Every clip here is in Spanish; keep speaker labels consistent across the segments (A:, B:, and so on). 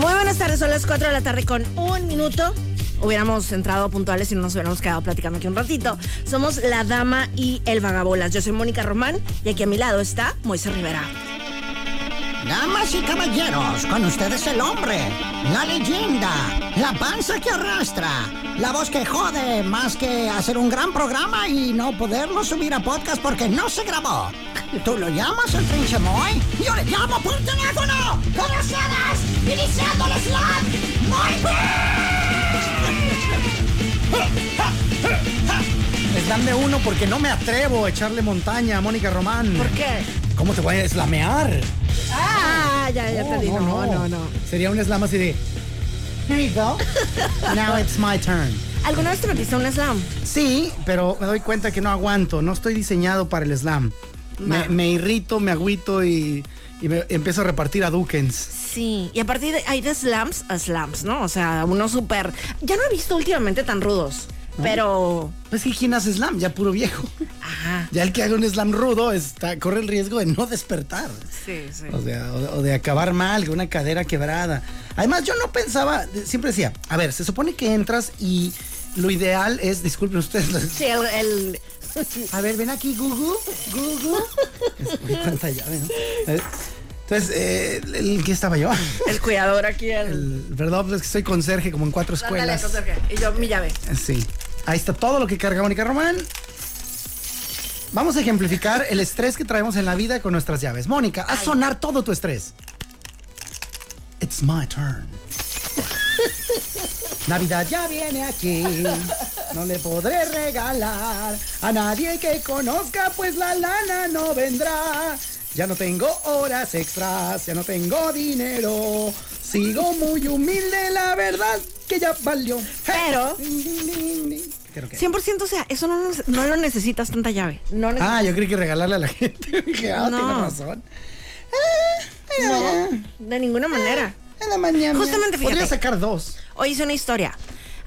A: Buenas tardes, son las 4 de la tarde con un minuto. Hubiéramos entrado puntuales y no nos hubiéramos quedado platicando aquí un ratito. Somos la dama y el vagabolas. Yo soy Mónica Román y aquí a mi lado está Moisés Rivera.
B: Damas y caballeros, con ustedes el hombre, la leyenda, la panza que arrastra, la voz que jode más que hacer un gran programa y no poderlo subir a podcast porque no se grabó. ¿Tú lo llamas el pinche Moy? ¡Yo le llamo por teléfono! ¡Con ustedes! ¡Iniciándoles la
C: Pues dame uno porque no me atrevo a echarle montaña a Mónica Román.
A: ¿Por qué?
C: ¿Cómo te voy a eslamear?
A: Ah, ya, ya te digo. No, no, no.
C: Oh, Sería un slam así de. Here you go. Now it's my turn.
A: ¿Alguna vez te metiste a un slam?
C: Sí, pero me doy cuenta que no aguanto. No estoy diseñado para el slam. Me, me irrito, me agüito y, y me- empiezo a repartir a Dukens.
A: Sí. Y a partir de hay de slams a slams, ¿no? O sea, uno súper. Ya no he visto últimamente tan rudos, pero.
C: Pues que quién hace slam, ya puro viejo.
A: Ajá.
C: Ya el que haga un slam rudo está, corre el riesgo de no despertar.
A: Sí, sí.
C: O sea, o de, o de acabar mal, con una cadera quebrada. Además, yo no pensaba, de- siempre decía, a ver, se supone que entras y lo ideal es, disculpen ustedes, las-
A: Sí, el. el-
C: a ver, ven aquí, Gugu, Gugu. Es- uy, cuánta llave, ¿no? A ver, Entonces, eh, el- el- ¿qué estaba yo?
A: el cuidador aquí, el.
C: El- perdón, es que soy conserje como en cuatro
A: Ándale,
C: escuelas.
A: conserje. Y yo, mi llave.
C: Sí. Ahí está todo lo que carga Mónica Román. Vamos a ejemplificar el estrés que traemos en la vida con nuestras llaves. Mónica, haz sonar todo tu estrés. It's my turn. Navidad ya viene aquí. No le podré regalar a nadie que conozca, pues la lana no vendrá. Ya no tengo horas extras, ya no tengo dinero. Sigo muy humilde, la verdad que ya valió.
A: Pero-
C: Ding, ding, ding, ding. Creo que-
A: 100%, o sea, eso no, nos- no lo necesitas tanta llave. No neces-
C: Ah, yo creí que regalarle a la gente. Dije, ah,
A: No.
C: tiene razón. Ah,
A: No, de ninguna manera.
C: En la mañana.
A: Justamente, fíjate.
C: Podría sacar dos.
A: Hoy hice una historia.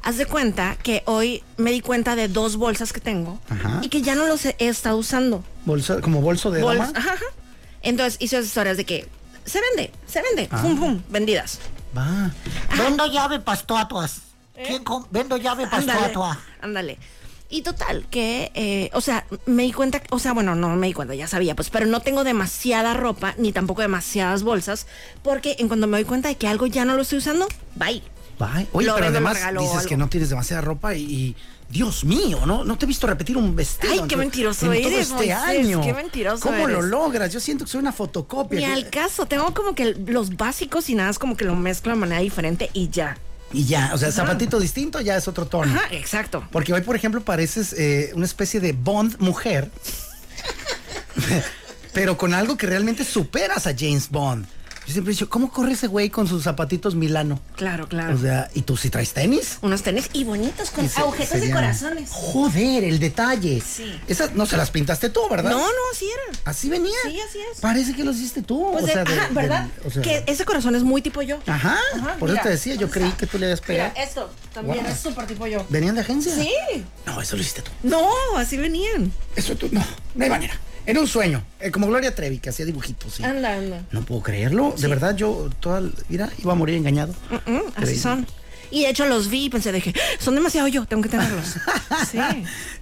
A: Haz de cuenta que hoy me di cuenta de dos bolsas que tengo
C: Ajá.
A: y que ya no los he he estado usando.
C: Bolso- como bolso de
A: Bols-
C: dama.
A: ajá, ajá. Entonces hice esas historias de que se vende, se vende,
C: Ah.
A: pum, pum, vendidas.
C: Va.
B: Vendo llave pastuatuas. ¿Quién com- Vendo llave pues,
A: Ándale,
B: pastuatua.
A: ándale. Y total, que, eh, o sea, me di cuenta, o sea, bueno, no me di cuenta, ya sabía, pues, pero no tengo demasiada ropa ni tampoco demasiadas bolsas, porque en cuanto me doy cuenta de que algo ya no lo estoy usando, bye.
C: Bye. Oye,
A: Lo
C: pero
A: vendo, me
C: además
A: regaló
C: dices
A: algo.
C: que no tienes demasiada ropa y, y, Dios mío, ¿no? No te he visto repetir un vestido.
A: Ay,
C: en
A: qué
C: tu-
A: mentiroso
C: en todo
A: eres,
C: este
A: Moisés,
C: año.
A: qué mentiroso
C: ¿Cómo lo
A: eres.
C: logras? Yo siento que soy una fotocopia.
A: Ni
C: Que-
A: al caso, tengo como que los básicos y nada, es como que lo mezclo de manera diferente y ya.
C: Y ya, o sea, zapatito distinto ya es otro tono.
A: Ajá, exacto.
C: Porque hoy, por ejemplo, pareces eh, una especie de Bond mujer, pero con algo que realmente superas a James Bond. Yo siempre he dicho, ¿cómo corre ese güey con sus zapatitos Milano?
A: Claro, claro.
C: O sea, ¿y tú si traes tenis?
A: Unos tenis y bonitos con
C: Y se-
A: agujetas de
C: serían-
A: corazones.
C: Joder, el detalle.
A: Sí.
C: Esas no se las pintaste tú, ¿verdad?
A: No, no, así era.
C: Así venía.
A: Sí, así es.
C: Parece que los hiciste tú.
A: Pues
C: o
A: de-
C: sea, de-
A: ajá,
C: de-
A: ¿verdad?
C: o sea, Ah,
A: que ese corazón es muy tipo yo.
C: Ajá.
A: Ajá,
C: Por
A: mira.
C: eso te decía, yo creí que tú le habías
A: Mira,
C: pegado.
A: esto también
C: Guau.
A: es súper tipo yo.
C: ¿Venían de agencia?
A: Sí.
C: No, eso lo hiciste tú.
A: No, así venían.
C: Eso tú. No, no hay manera. Era un sueño. Eh, como Gloria Trevi, que hacía dibujitos. sí.
A: Anda, anda.
C: No puedo creerlo. De verdad, yo toda. Mira, iba a morir engañado.
A: Mm, así
C: Creí.
A: son. Y de hecho los vi y pensé, dije, son demasiado yo, tengo que tenerlos. sí.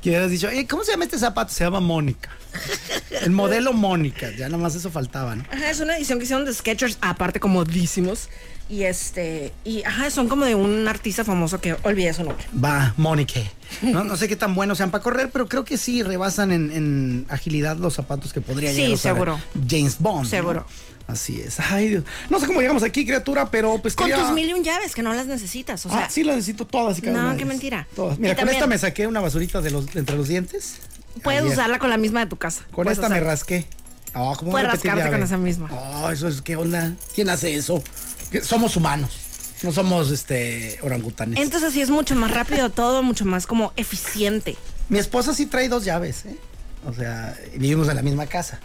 C: Que hubieras dicho, "Eh, ¿cómo se llama este zapato? Se llama Mónica. El modelo Mónica. Ya nada más eso faltaba, ¿no?
A: Ajá, es una edición que hicieron de Skechers, aparte comodísimos. Y este, y ajá, son como de un artista famoso que olvidé su nombre.
C: Va, Mónica. No, no sé qué tan buenos sean para correr, pero creo que sí rebasan en, en agilidad los zapatos que podría
A: Sí,
C: llegar a usar
A: seguro.
C: James Bond. ¿no?
A: Seguro.
C: Así es. Ay, Dios. No sé cómo llegamos aquí, criatura, pero pues
A: Con
C: quería-
A: tus mil y un llaves, que no las necesitas. O sea,
C: ah, sí, las necesito todas y cada
A: No,
C: una de
A: qué
C: ellas.
A: mentira.
C: Todas.
A: Y
C: Mira, con
A: también-
C: esta me saqué una basurita de los, de entre los dientes.
A: puedes
C: Ayer.
A: usarla con la misma de tu casa.
C: Con
A: Puedes
C: esta me
A: usar-
C: rasqué. Ah, ¿cómo
A: Puedes
C: repetir
A: rascarte con
C: llave?
A: esa misma.
C: Oh, eso es, ¿qué onda? ¿Quién hace eso? Que Somos humanos. No somos, este, orangutanes.
A: Entonces así es mucho más rápido todo, mucho más como eficiente.
C: Mi esposa sí trae dos llaves, ¿eh? O sea, vivimos en la misma casa.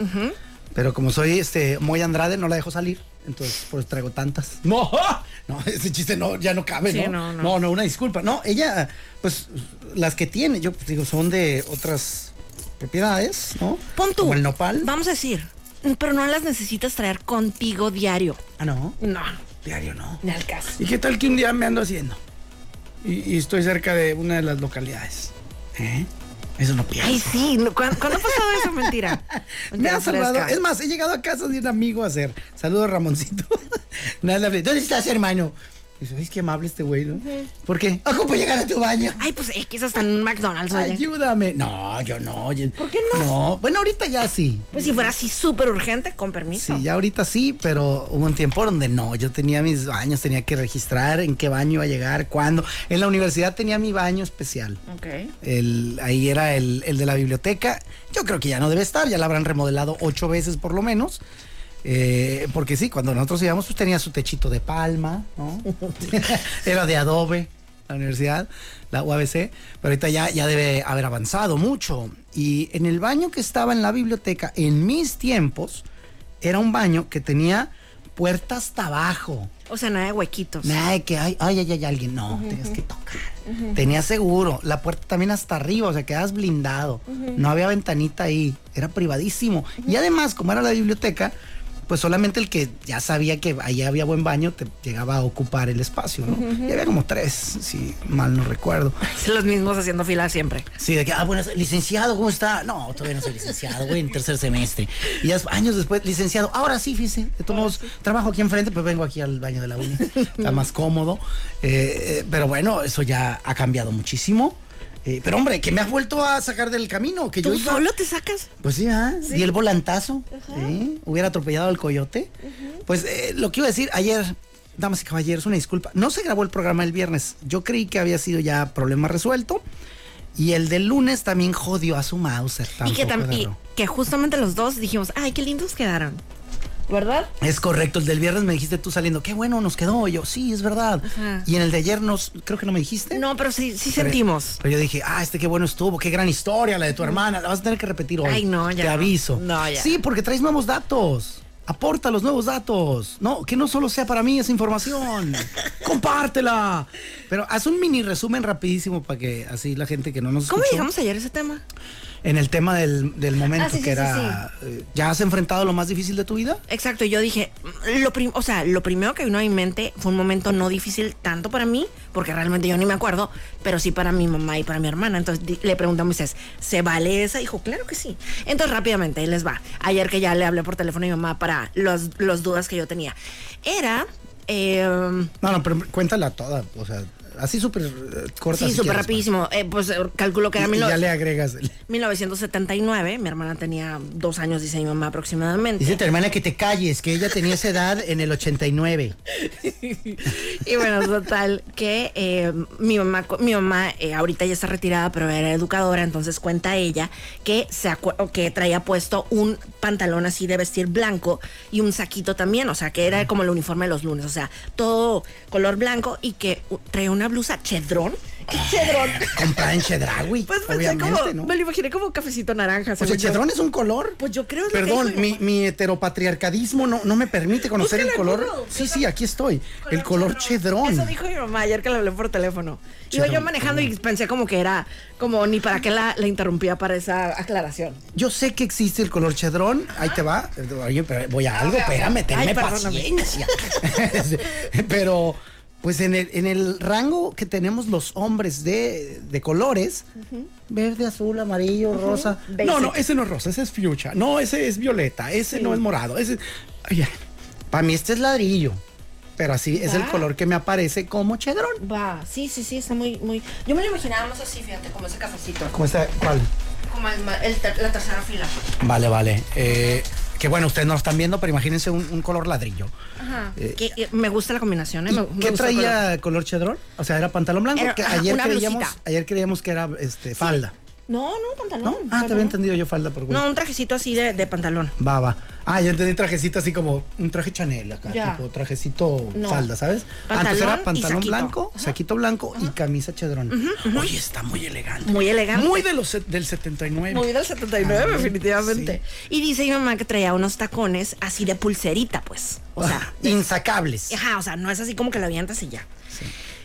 C: Pero como soy este muy Andrade, no la dejo salir. Entonces, pues traigo tantas. No, no, ese chiste no, ya no cabe,
A: Sí,
C: ¿no?
A: no, no.
C: una disculpa. No, ella, pues, las que tiene, yo pues, digo, son de otras propiedades, ¿no?
A: Pon tú.
C: Como el nopal.
A: Vamos a decir, pero no las necesitas traer contigo diario.
C: Ah, no.
A: No,
C: Diario no.
A: ni al caso.
C: ¿Y qué tal que un día me ando haciendo? Y, y estoy cerca de una de las localidades. ¿Eh? Eso no pienso.
A: Ay, sí, no, ¿cuán- ¿cuándo, ha pasado eso? Mentira.
C: Me
A: Mentira
C: ha salvado.
A: fresca.
C: Es más, he llegado a casa de un amigo a hacer. Saludos, Ramoncito. Nada, le hablé, ¿Dónde estás, hermano? Dice, ay, qué amable este güey, ¿no? ¿Por qué? Ocupo llegar a tu baño.
A: Ay, pues X hasta en un McDonald's, oye.
C: Ayúdame. No, yo no. oye.
A: ¿Por qué no?
C: No. Bueno, ahorita ya sí.
A: Pues si fuera así súper urgente, con permiso.
C: Sí, ya ahorita sí, pero hubo un tiempo donde no. Yo tenía mis baños, tenía que registrar en qué baño iba a llegar, cuándo. En la universidad tenía mi baño especial.
A: Ok.
C: El, ahí era el, el de la biblioteca. Yo creo que ya no debe estar, ya la habrán remodelado ocho veces por lo menos. Eh, porque sí, cuando nosotros íbamos, pues tenía su techito de palma, ¿no? era de adobe la universidad, la UABC, pero ahorita ya, ya debe haber avanzado mucho. Y en el baño que estaba en la biblioteca, en mis tiempos, era un baño que tenía puerta hasta abajo.
A: O sea, nada de huequitos.
C: Nada de que, ay, ay, ay, ay, alguien. No, tenías que tocar. Tenías seguro. La puerta también hasta arriba, o sea, quedabas blindado. No había ventanita ahí. Era privadísimo. Y además, como era la biblioteca, pues solamente el que ya sabía que allá había buen baño te llegaba a ocupar el espacio, ¿no? Y había como tres, si mal no recuerdo.
A: Los mismos haciendo fila siempre.
C: Sí, de que, ah, bueno, licenciado, ¿cómo está? No, todavía no soy licenciado, güey, en tercer semestre. Y ya es- años después, licenciado, ahora sí, fíjese, de todos modos, trabajo aquí enfrente, pues vengo aquí al baño de la uni, está más cómodo. Eh, eh, pero bueno, eso ya ha cambiado muchísimo. Eh, pero hombre, que me has vuelto a sacar del camino, que yo
A: ¿Tú
C: iba-
A: solo te sacas?
C: pues sí, ¿ah? Y el volantazo. ¿eh? Hubiera atropellado al coyote. Pues eh, lo que iba a decir ayer, damas y caballeros, una disculpa. No se grabó el programa el viernes. Yo creí que había sido ya problema resuelto. Y el del lunes también jodió a su Mauser.
A: Y que,
C: tampoco
A: tam- y
C: agarró.
A: que justamente los dos dijimos, ay, qué lindos quedaron. ¿Verdad?
C: Es correcto, el del viernes me dijiste tú saliendo, qué bueno nos quedó. Y yo, sí, es verdad.
A: Ajá.
C: Y en el de ayer nos, creo que no me dijiste.
A: No, pero sí, sí
C: Pero-
A: sentimos.
C: Pero yo dije, ah, este qué bueno estuvo, qué gran historia la de tu hermana, la vas a tener que repetir hoy.
A: Ay, no, ya
C: Te
A: no.
C: aviso.
A: No, ya.
C: Sí, porque traes nuevos datos. Aporta los nuevos datos. No, que no solo sea para mí esa información. Compártela. Pero haz un mini resumen rapidísimo para que así la gente que no nos
A: ¿Cómo
C: escuchó
A: llegamos ayer a ese tema?
C: en el tema del, del momento
A: Ah, sí, sí,
C: que
A: sí,
C: era eh, ¿Ya has enfrentado lo más difícil de tu vida?
A: Exacto, yo dije, mm, lo prim- o sea, lo primero que vino a mi mente fue un momento no difícil tanto para mí, porque realmente yo ni me acuerdo, pero sí para mi mamá y para mi hermana. Entonces di- le pregunté a Moisés, ¿se vale esa? Dijo, claro que sí. Entonces rápidamente, ahí les va. Ayer que ya le hablé por teléfono a mi mamá para las los dudas que yo tenía. Era... em,
C: No, no, pero cuéntala toda, o sea, así súper eh, corta.
A: Sí,
C: si
A: súper
C: quieres,
A: rapidísimo. Eh, pues eh, calculo que
C: pa.
A: era
C: Y- y
A: mil-
C: ya le agregas. el-
A: 1979. Mi hermana tenía dos años, dice mi mamá aproximadamente.
C: Dice tu hermana que te calles, que ella tenía esa edad en el 89.
A: Y bueno, total, que eh, mi mamá, cu- mi mamá eh, ahorita ya está retirada, pero era educadora, entonces cuenta ella que, se acu- o que traía puesto un pantalón así de vestir blanco y un saquito también, o sea, que era como el uniforme de los lunes, o sea, todo color blanco y que uh, traía una blusa chedrón. ¿Qué chedrón?
C: Comprada en Chedraui.
A: Pues pensé
C: obviamente,
A: como,
C: ¿no?
A: me lo imaginé como cafecito naranja.
C: O sea,
A: según yo.
C: Chedrón es un color.
A: Pues yo creo es lo que
C: Perdón,
A: dijo mi
C: mi, mi heteropatriarcadismo no, no me permite conocer el
A: Búscala en
C: color.
A: Google.
C: Sí, sí, aquí estoy. El color chedrón.
A: Eso dijo mi mamá ayer que le hablé por teléfono. Iba
C: Chedrón,
A: yo manejando y pensé como que era, como ni para qué la, la interrumpía para esa aclaración.
C: Yo sé que existe el color chedrón. Ahí te va. Oye, pero voy a algo. Espérame, tenme
A: Ay, perdóname.
C: paciencia. pero, pues en el, en el rango que tenemos los hombres de, de colores: verde, azul, amarillo, rosa.
A: Basic.
C: No, no, ese no es rosa, ese es fuchsia. No, ese es violeta. Ese no es morado. Ese. Para mí, este es ladrillo. Pero así es el
A: Va.
C: color que me aparece como chedrón.
A: Va, sí, sí, sí, está muy, muy... Yo me lo imaginaba más así, fíjate, como ese cafecito,
C: ¿Cómo está? ¿Cuál?
A: como el ma- el ter- la tercera fila.
C: Vale, vale. Eh, que bueno, ustedes no lo están viendo, pero imagínense un- un color ladrillo.
A: Ajá. Que, eh, me gusta la combinación, ¿eh?
C: ¿Y
A: me- me
C: ¿Qué
A: gusta el color.
C: traía color. chedrón? O sea, era pantalón blanco.
A: Era,
C: que
A: ajá,
C: ayer,
A: una
C: creíamos,
A: blusita.
C: ayer creíamos que era este, falda.
A: No, no, pantalón.
C: ¿No? ah, te
A: pantalón.
C: había entendido yo falda por güey.
A: No, un trajecito así de, de pantalón.
C: Va, va. Ah, yo entendí trajecito así como un traje Chanel acá,
A: Ya.
C: tipo trajecito
A: No.
C: falda, ¿sabes? Ah,
A: Pantalón
C: entonces
A: y
C: era pantalón
A: saquito.
C: blanco, saquito blanco y camisa chedrón. Oye, está muy elegante.
A: Muy elegante.
C: Muy de los, set- del 79.
A: Muy del 79,
C: Ah,
A: definitivamente. Y dice mi mamá que traía unos tacones así de pulserita, pues. O sea,
C: Ah, insacables.
A: Ajá, o sea, no es así como que lo avientas y ya.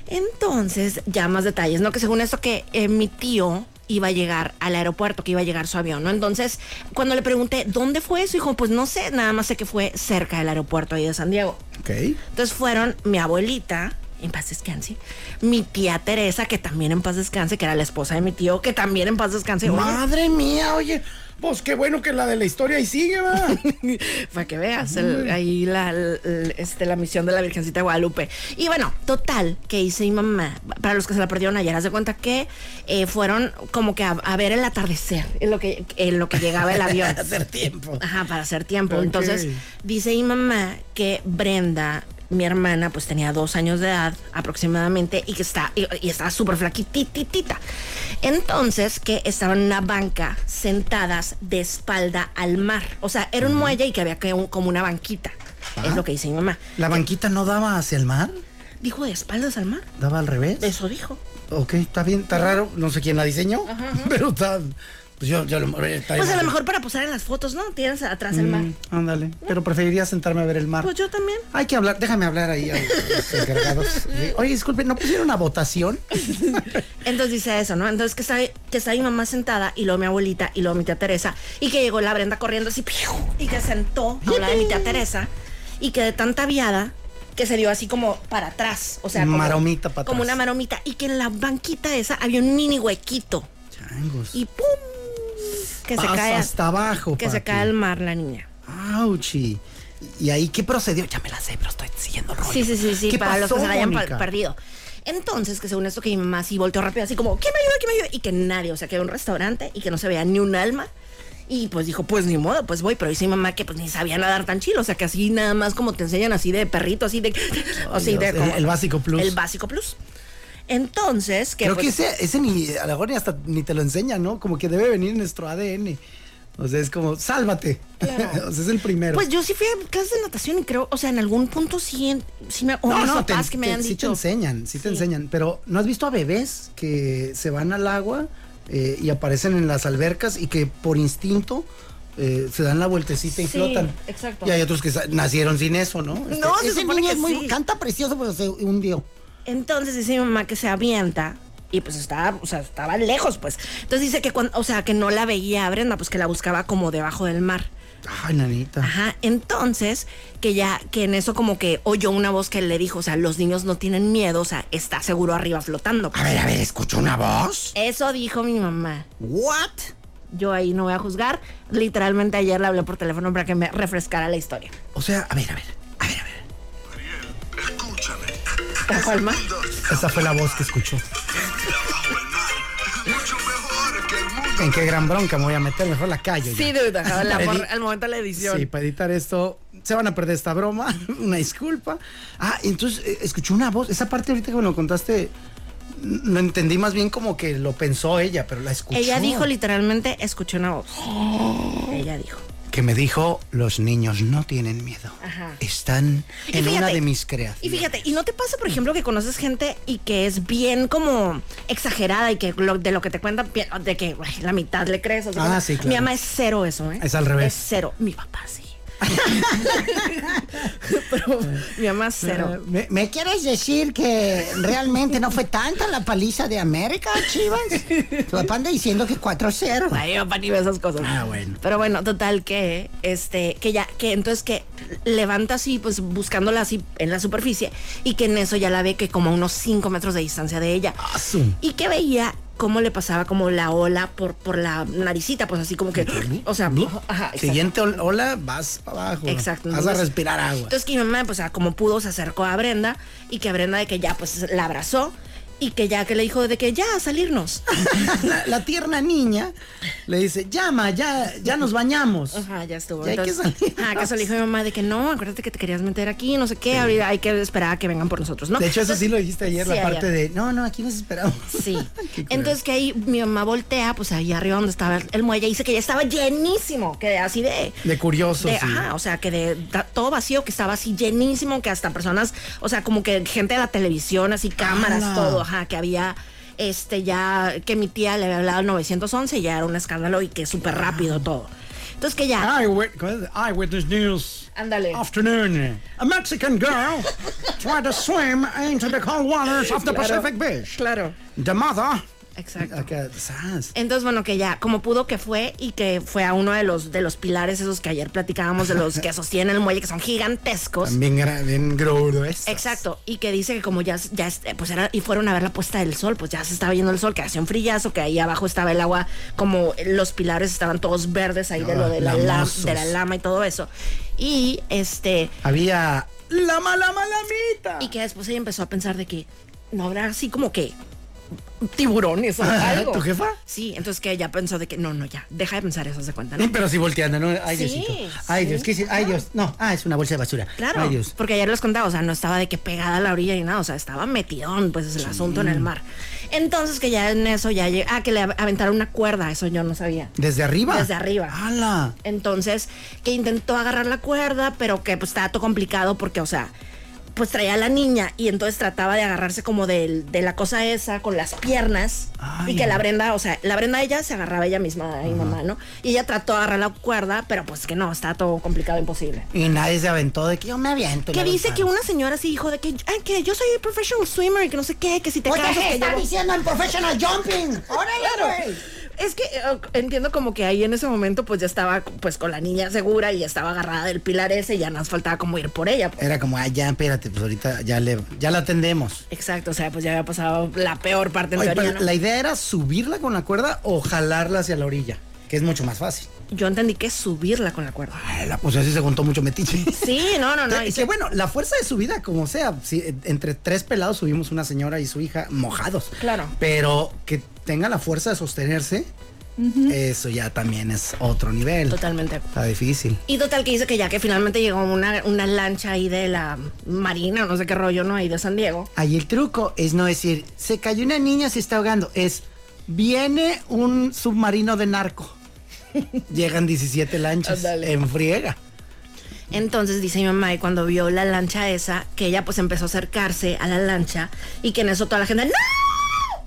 A: Entonces, ya más detalles, ¿no? Que según esto que eh, mi tío iba a llegar al aeropuerto, que iba a llegar su avión, ¿no? Entonces, cuando le pregunté, ¿dónde fue eso? Dijo, pues no sé, nada más sé que fue cerca del aeropuerto ahí de San Diego.
C: Ok.
A: Entonces fueron mi abuelita, en paz descanse, mi tía Teresa, que también en paz descanse, que era la esposa de mi tío, que también en paz descanse. Oye,
C: Madre mía, oye. Pues qué bueno que la de la historia ahí sigue, va.
A: Para que veas el- ahí la, el- este, la misión de la Virgencita de Guadalupe. Y bueno, total, que hice mi mamá, para los que se la perdieron ayer, haz de cuenta que eh, fueron como que a, a ver el atardecer, en lo que, en lo que llegaba el avión.
C: Hacer tiempo.
A: Ajá, para hacer tiempo.
C: Ok.
A: Entonces, dice mi mamá que Brenda, mi hermana, pues tenía dos años de edad aproximadamente y que está, y, y estaba súper flaquititita. Entonces, que estaban en una banca sentadas de espalda al mar. O sea, era un muelle y que había que un- como una banquita. Es lo que dice mi mamá.
C: ¿La banquita no daba hacia el mar?
A: Dijo de espaldas al mar.
C: ¿Daba al revés?
A: Eso dijo.
C: Ok, está bien, está raro. No sé quién la diseñó, pero está. Pues yo, yo lo. está
A: Pues a
C: bien.
A: lo mejor para posar en las fotos, ¿no? Tienes atrás el mar.
C: Mm, Ándale, pero preferiría sentarme a ver el mar.
A: Pues yo también.
C: Hay que hablar, déjame hablar ahí a los encargados. Sí. Oye, disculpe, ¿no pusieron a votación?
A: Entonces dice eso, ¿no? Entonces que está, que está mi mamá sentada y luego mi abuelita y luego mi tía Teresa y que llegó la Brenda corriendo así ¡piu! y que sentó a un lado de mi tía Teresa y que de tanta viada que se dio así como para atrás, o sea, como,
C: Maromita para
A: como
C: atrás.
A: una maromita y que en la banquita esa había un mini huequito
C: Changos.
A: y pum que se
C: Pasa
A: cae
C: hasta abajo,
A: que se
C: papi.
A: cae al mar la niña.
C: Auchi. ¿Y ahí qué procedió? Ya me la sé, pero estoy siguiendo el rollo.
A: Sí, sí, sí, sí,
C: ¿Qué
A: para
C: pasó,
A: los que se la hayan pa-
C: Mónica?
A: perdido. Entonces, que según esto que mi mamá sí volteó rápido, así como, ¿quién me ayuda? ¿Quién me ayuda? Y que nadie, o sea, que era un restaurante y que no se veía ni un alma. Y pues dijo, pues ni modo, pues voy, pero dice mi mamá que pues ni sabía nadar tan chido, o sea, que así nada más como te enseñan así de perrito, así de... así
C: Dios,
A: de
C: el-
A: como-
C: el básico plus.
A: El básico plus. Entonces, que...
C: Creo
A: pues-
C: que ese, ese ni, a lo mejor ni hasta ni te lo enseña, ¿no? Como que debe venir en nuestro ADN. O sea, es como, sálvate. o sea, es el primero.
A: Pues yo sí fui a clases de natación y creo, o sea, en algún punto sí, en- sí me... O mis papás que me han
C: sí te
A: dicho...
C: enseñan, sí, te enseñan. Pero ¿no has visto a bebés que se van al agua eh, y aparecen en las albercas y que por instinto eh, se dan la vueltecita y
A: Sí,
C: flotan?
A: exacto.
C: Y hay otros que sa- nacieron sin eso, ¿no? Este,
A: No, se
B: Ese
A: supone
B: niño
A: que
B: es muy.
A: sí.
B: Canta precioso, pero se hundió.
A: Entonces dice mi mamá que se avienta y pues estaba, o sea, estaba lejos, pues. Entonces dice que cuando, o sea, que no la veía a Brenda, pues que la buscaba como debajo del mar.
C: Ay, nanita.
A: Ajá, entonces que ya, que en eso como que oyó una voz que le dijo, o sea, los niños no tienen miedo, o sea, está seguro arriba flotando.
B: A ver, a ver, escucho una voz.
A: Eso dijo mi mamá.
B: ¿What?
A: Yo ahí no voy a juzgar. Literalmente ayer le hablé por teléfono para que me refrescara la historia.
C: O sea, a ver, a ver, a ver, a ver.
D: Escúchame.
A: Ojo al mar.
C: Esa fue la voz que escuchó.
D: Mucho mejor que el mundo.
C: En qué gran bronca me voy a meter, mejor la callo. ya.
A: Sí, dude, ajá, la
C: Para
A: por-
C: edi-
A: al momento de la edición.
C: Sí, para editar esto, se van a perder esta broma, una disculpa. Ah, entonces eh, escuchó una voz, esa parte ahorita que me lo contaste, n- lo entendí más bien como que lo pensó ella, pero la escuchó.
A: Ella dijo literalmente, escuché una voz. Ella dijo.
C: Que me dijo, los niños no tienen miedo,
A: Ajá.
C: están
A: Y
C: en una
A: fíjate,
C: de mis creaciones.
A: Y fíjate, ¿y no te pasa, por ejemplo, que conoces gente y que es bien como exagerada y que lo- de lo que te cuentan, pi- de que güey, la mitad le crees? o sea,
C: Ah,
A: como-
C: sí, claro.
A: Mi mamá es cero eso, ¿eh?
C: Es al revés.
A: Es cero. Mi papá sí. Pero mi mamá es cero.
B: ¿Me, me quieres decir que realmente no fue tanta la paliza de América, Chivas? Tu papá anda diciendo que 4-0.
A: Ay, mi papá ni ve esas cosas.
C: Ah, bueno.
A: Pero bueno, total que, este, que ya, que entonces que levanta así, pues buscándola así en la superficie y que en eso ya la ve que como a unos 5 metros de distancia de ella.
C: Ah, su-
A: y que veía cómo le pasaba como la ola por, por la naricita, pues así como que, o sea, ajá, exacto.
C: Siguiente ol- ola, vas para abajo.
A: Exacto.
C: Vas a
A: Entonces-
C: respirar agua.
A: Entonces que mi mamá, pues, ah, como pudo, se acercó a Brenda y que Brenda de que ya, pues, la abrazó y que ya que le dijo de que ya a salirnos.
C: la, la tierna niña le dice, llama, ya, ya nos bañamos.
A: Ajá, ya estuvo.
C: Ya hay que
A: Entonces,
C: salirnos.
A: ajá, que se le dijo a mi mamá de que no, acuérdate que te querías meter aquí, no sé qué, ahorita hay que esperar a que vengan por nosotros, ¿no?
C: De hecho, eso sí lo dijiste ayer,
A: Sí,
C: la parte
A: ayer.
C: de, no, no, aquí nos esperamos.
A: Sí.
C: Qué cruel.
A: Entonces que ahí mi mamá voltea, pues ahí arriba donde estaba el- el muelle, dice que ya estaba llenísimo, que así de...
C: De curioso,
A: de-
C: sí.
A: Ajá, o sea, que de ta- todo vacío, que estaba así llenísimo, que hasta personas, o sea, como que gente de la televisión, así cámaras,
C: ¡Hala!
A: todo, ajá, que había... Este ya, que mi tía le había hablado al 911 y ya era un escándalo y que súper rápido todo. Entonces que ya,
C: Eyewit- ¿cómo es? Eyewitness News.
A: Ándale.
C: Afternoon. A Mexican girl tried to swim into the cold waters of the
A: Claro.
C: Pacific Beach.
A: Claro.
C: The mother
A: Exacto.
C: Acá, zas.
A: Entonces, bueno, que ya, como pudo que fue y que fue a uno de los, de los pilares esos que ayer platicábamos, de los que sostienen el muelle, que son gigantescos.
C: Bien, gra- bien grueso.
A: Exacto, y que dice que como ya, ya este, pues era, y fueron a ver la puesta del sol, pues ya se estaba viendo el sol, que hacía un frillazo, que ahí abajo estaba el agua, como los pilares estaban todos verdes ahí de lo de la, la-
C: lamosos.
A: de la lama y todo eso. Y este,
C: Había la mala malamita.
A: y que después ella empezó a pensar de que no habrá así como que tiburones o algo.
C: Ah, ¿Tu jefa?
A: Sí, entonces que ella pensó de que no, no, ya, deja de pensar eso, se cuenta,
C: Eh,
A: ¿no?
C: Pero sí volteando, ¿no? Ay,
A: Sí,
C: Diosito. Ay,
A: sí.
C: Dios. ¿Qué hice? Ay, Dios. No. Ah, es una bolsa de basura.
A: Claro,
C: Ay, Dios.
A: porque ayer les contaba, o sea, no estaba de que pegada a la orilla ni nada, o sea, estaba metidón, pues es el asunto en el mar. Entonces que ya en eso ya llega, ah, que le av- aventaron una cuerda, eso yo no sabía.
C: ¿Desde arriba?
A: Desde arriba.
C: ¡Hala!
A: Entonces que intentó agarrar la cuerda, pero que pues estaba todo complicado porque, o sea, pues traía a la niña y entonces trataba de agarrarse como del- de la cosa esa con las piernas
C: Ay.
A: y que la Brenda, o sea, la Brenda ella se agarraba ella misma ahí mamá, ¿no? Y ella trató de agarrar la cuerda, pero pues que no, estaba todo complicado, imposible.
C: Y nadie se aventó de que yo me aviento.
A: Que
C: me
A: dice que
C: aventaba.
A: una señora sí dijo de que, ay, que yo soy professional swimmer y que no sé qué, que si te
B: Oye,
A: casas
B: ¿qué
A: que
B: está
A: yo-
B: diciendo en Professional Jumping? ¡Órale, güey!
A: Es que eh, entiendo como que ahí en ese momento pues ya estaba pues con la niña segura y ya estaba agarrada del pilar ese y ya nos faltaba como ir por ella. pues.
C: Era como, ah, ya, espérate, pues ahorita ya, le, ya la atendemos.
A: Exacto, o sea, pues ya había pasado la peor parte en
C: Oye,
A: teoría,
C: pero
A: ¿no?
C: la idea era subirla con la cuerda o jalarla hacia la orilla, que es mucho más fácil.
A: Yo entendí que es subirla con la cuerda.
C: Ay, la, pues así se contó mucho metiche.
A: Sí, no, no, no.
C: Tre-
A: y
C: que
A: que-
C: bueno, la fuerza de subida, como sea, si, eh, entre tres pelados subimos una señora y su hija mojados.
A: Claro.
C: Pero que tenga la fuerza de sostenerse, eso ya también es otro nivel.
A: Totalmente.
C: Está difícil.
A: Y total que dice que ya que finalmente llegó una, una lancha ahí de la marina, no sé qué rollo, ¿no? Ahí de San Diego.
C: Ahí el truco es no decir, se cayó una niña, se está ahogando. Es, viene un submarino de narco. Llegan 17 lanchas
A: Ándale.
C: en friega.
A: Entonces dice mi mamá y cuando vio la lancha esa, que ella pues empezó a acercarse a la lancha y que en eso toda la gente ¡No!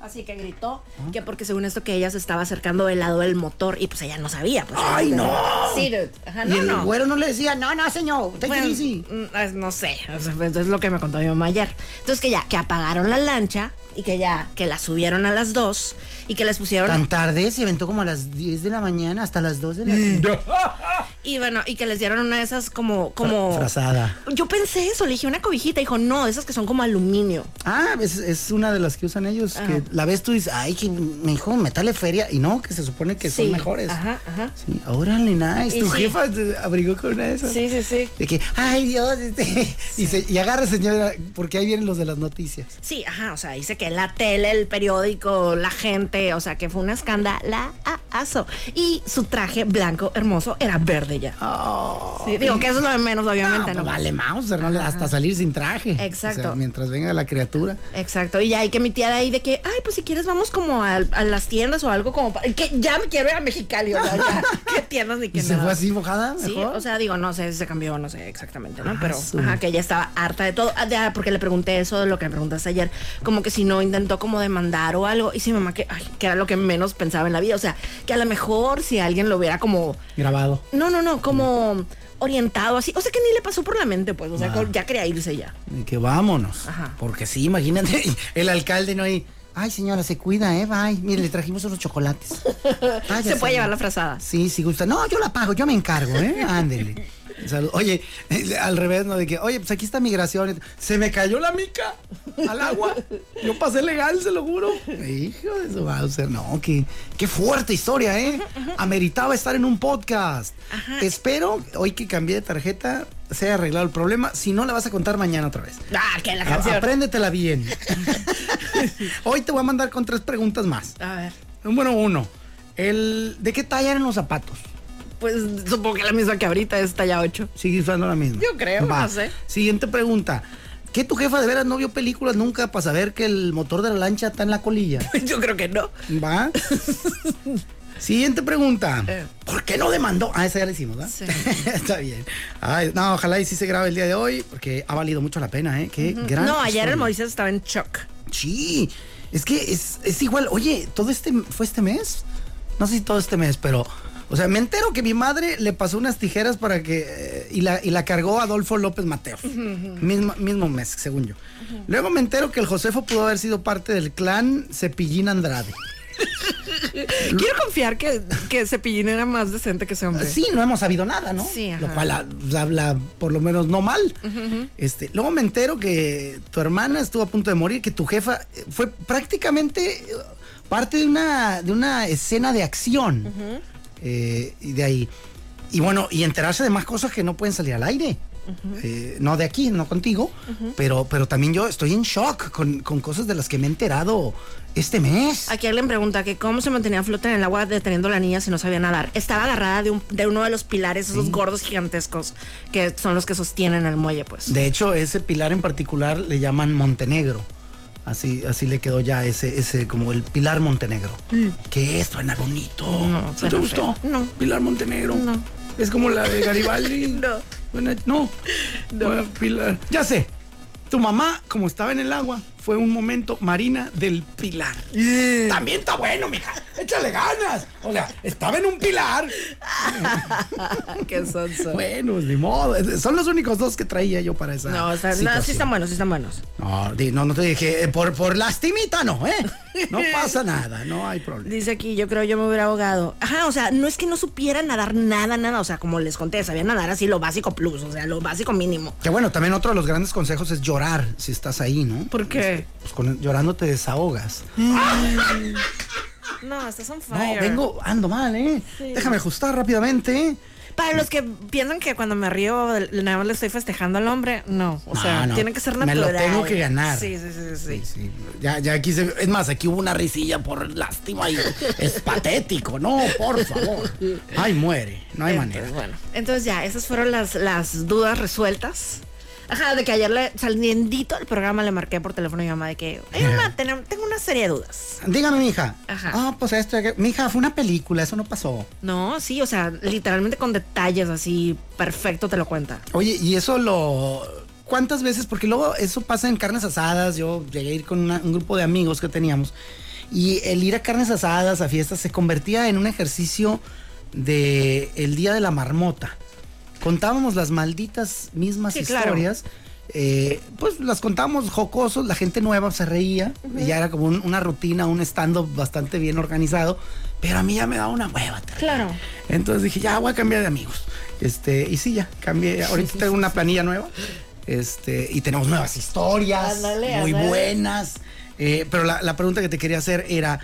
A: Así que gritó
C: Ah.
A: que porque según esto que ella se estaba acercando del lado del motor y pues ella no sabía. Pues,
C: ¡Ay,
A: ella-
C: no!
A: Sí, dude. Ajá,
C: y
A: no,
C: el
A: no.
C: güero Ah, no le decía, no, no, señor, take
A: Bueno,
C: it easy".
A: mm, es- no sé, o sea, pues, es lo que me contó mi mamá ayer. Entonces que ya, que apagaron la lancha y que ya, que la subieron a las dos y que les pusieron...
C: Tan tarde, se aventó como a las 10 de la mañana hasta las 2 de la tarde.
A: Y bueno, y que les dieron una de esas como... como
C: Frazada.
A: Yo pensé eso, le dije una cobijita, dijo, no, de esas que son como aluminio.
C: Ah, es, es una de las que usan ellos,
A: Ajá.
C: que la ves tú y dices, ay, que me dijo, metale feria. Y no, que se supone que
A: Sí,
C: son mejores.
A: Ajá, ajá.
C: Sí, órale, nice.
A: Y
C: Tu
A: sí.
C: jefa te abrigó con una de esas.
A: Sí, sí, sí.
C: De que, ay Dios, este", y, se- y agarra señora, porque ahí vienen los de las noticias.
A: Sí, ajá, o sea, dice que la tele, el periódico, la gente, o sea, que fue una escandalazo. Y su traje blanco hermoso era verde ya. Sí, digo que eso es lo de menos, obviamente, ¿no?
C: No, pues vale, Mauser, ¿no? hasta salir sin traje.
A: Exacto.
C: O sea, mientras venga la criatura.
A: Exacto, y hay que mi tía de ahí de que, ay, pues si quieres vamos como a, a las tiendas o algo como pa- que ya me quiero ir a Mexicali, o sea, ya, qué tiendas ni
C: ¿Y
A: qué
C: se
A: nada.
C: fue así mojada?
A: Sí,
C: mejor?
A: o sea, digo, no sé si se cambió, no sé exactamente, ¿no?
C: Ah,
A: Pero
C: su-
A: ajá, que ella estaba harta de todo. Ah, de- ah, porque le pregunté eso de lo que me preguntaste ayer, como que si no intentó como demandar o algo. Y si mamá que, ay, que era lo que menos pensaba en la vida. O sea, que a lo mejor si alguien lo hubiera como.
C: Grabado.
A: No, no, no, como orientado así. O sea que ni le pasó por la mente, pues. O sea,
C: Ah.
A: que ya quería irse ya.
C: Y que vámonos.
A: Ajá.
C: Porque sí, imagínate, el alcalde no hay. Ay, señora, se cuida, ¿eh? Bye. Mire, le trajimos unos chocolates. Váyase.
A: se puede llevar la frazada.
C: Sí, si gusta. No, yo la pago, yo me encargo, ¿eh? Ándele. Salud. Oye, eh, al revés, ¿no? De que, oye, pues aquí está migración. Se me cayó la mica al agua. Yo pasé legal, se lo juro. Hijo de su Bowser. No, qué, qué fuerte historia, ¿eh? Ameritaba estar en un podcast. Espero, hoy que cambié de tarjeta, se haya arreglado el problema. Si no, la vas a contar mañana otra vez.
A: Ah, que la
C: A-
A: canción.
C: Apréndetela bien. Hoy te voy a mandar con tres preguntas más.
A: A ver.
C: Número uno, el, ¿de qué talla eran los zapatos?
A: Pues supongo que la misma que ahorita es talla 8.
C: Sigue usando la misma.
A: Yo creo, no sé.
C: Siguiente pregunta. ¿Qué tu jefa de veras no vio películas nunca para saber que el motor de la lancha está en la colilla?
A: Yo creo que no.
C: ¿Va? Siguiente pregunta.
A: Eh.
C: ¿Por qué no demandó? Ah, esa ya la hicimos, ¿verdad?
A: Sí.
C: Está bien. Ay, no, ojalá y sí se grabe el día de hoy, porque ha valido mucho la pena, ¿eh? Qué gran
A: no, ayer
C: historia.
A: el Moisés estaba en shock.
C: Sí, es que es, es igual. Oye, todo este fue este mes. No sé si todo este mes, pero. O sea, me entero que mi madre le pasó unas tijeras para que. eh, y, la, y la cargó Adolfo López Mateos. mismo, mismo mes, según yo. Luego me entero que el Josefo pudo haber sido parte del clan Cepillín Andrade.
A: Quiero confiar que, que Cepillín era más decente que ese hombre.
C: Sí, no hemos sabido nada, ¿no?
A: Sí, ajá.
C: Lo cual ha- pues, habla por lo menos no mal. Este, luego me entero que tu hermana estuvo a punto de morir, que tu jefa eh, fue prácticamente eh, parte de una, de una escena de acción. Eh, y de ahí. Y bueno, y enterarse de más cosas que no pueden salir al aire. Eh, no de aquí, no contigo, pero, pero también yo estoy en shock con, con cosas de las que me he enterado este mes.
A: Aquí alguien pregunta que cómo se mantenía a flote en el agua deteniendo a la niña si no sabía nadar. Estaba agarrada de, un- de uno de los pilares, esos gordos gigantescos, que son los que sostienen el muelle, pues.
C: De hecho, ese pilar en particular le llaman Montenegro. Así, así le quedó ya ese, ese, como el Pilar Montenegro. Que es, suena bonito.
A: Mm. No,
C: ¿No
A: suena
C: te
A: feo.
C: gustó?
A: No.
C: Pilar Montenegro.
A: No.
C: Es como la de Garibaldi.
A: No.
C: Suena- no. Bueno, Pilar. Ya sé. Tu mamá, como estaba en el agua, fue un momento marina del pilar.
A: Mm.
C: También está bueno, mija. Échale ganas. O sea, estaba en un pilar.
A: Qué sonso.
C: Bueno, ni modo. Son los únicos dos que traía yo para esa.
A: No, o sea, no,
C: situación.
A: sí están buenos, sí están buenos.
C: No, di- no, no te dije, eh, por, por lastimita no, ¿eh? No pasa nada, no hay problema.
A: Dice aquí, yo creo yo me hubiera ahogado. Ajá, o sea, no es que no supiera nadar nada, nada. O sea, como les conté, sabía nadar así lo básico plus, o sea, lo básico mínimo.
C: Que bueno, también otro de los grandes consejos es llorar si estás ahí, ¿no?
A: ¿Por qué?
C: Pues con, llorando te desahogas.
A: No, estás on
C: No,
A: fire.
C: vengo, ando mal, ¿eh? Déjame ajustar rápidamente, ¿eh?
A: Para los que piensan que cuando me río del- nada más le estoy festejando al hombre, no. O
C: No,
A: sea,
C: no,
A: tiene que ser
C: me lo
A: natural.
C: tengo que ganar.
A: Sí, sí, sí, sí.
C: Sí, sí. Ya, ya aquí se- Es más, aquí hubo una risilla por lástima y es patético, no, por favor. Ay, muere, no hay manera.
A: Entonces, bueno. Entonces ya, esas fueron las, las dudas resueltas. Ajá, de que ayer le, saliendito del programa le marqué por teléfono a mi mamá de que "Oye, mamá, tenem- tengo una serie de dudas.
C: Dígame, mija.
A: Ajá.
C: Ah, pues esto, mija, fue una película, eso no pasó.
A: No, sí, o sea, literalmente con detalles así, perfecto te lo cuenta.
C: Oye, y eso lo. ¿Cuántas veces? Porque luego eso pasa en carnes asadas. Yo llegué a ir con una- un grupo de amigos que teníamos. Y el ir a carnes asadas, a fiestas, se convertía en un ejercicio de el día de la marmota. Contábamos las malditas mismas
A: Sí, claro.
C: historias. eh, pues las contábamos jocosos, la gente nueva se reía. y Ya era como un- una rutina, un stand-up bastante bien organizado. Pero a mí ya me daba una hueva. terrible.
A: Claro.
C: Entonces dije, ya voy a cambiar de amigos. Este, y sí, ya cambié. Ahorita tengo una planilla nueva. Este, y tenemos nuevas historias
A: Ándale,
C: muy
A: ándale.
C: buenas. Eh, pero la, la pregunta que te quería hacer era: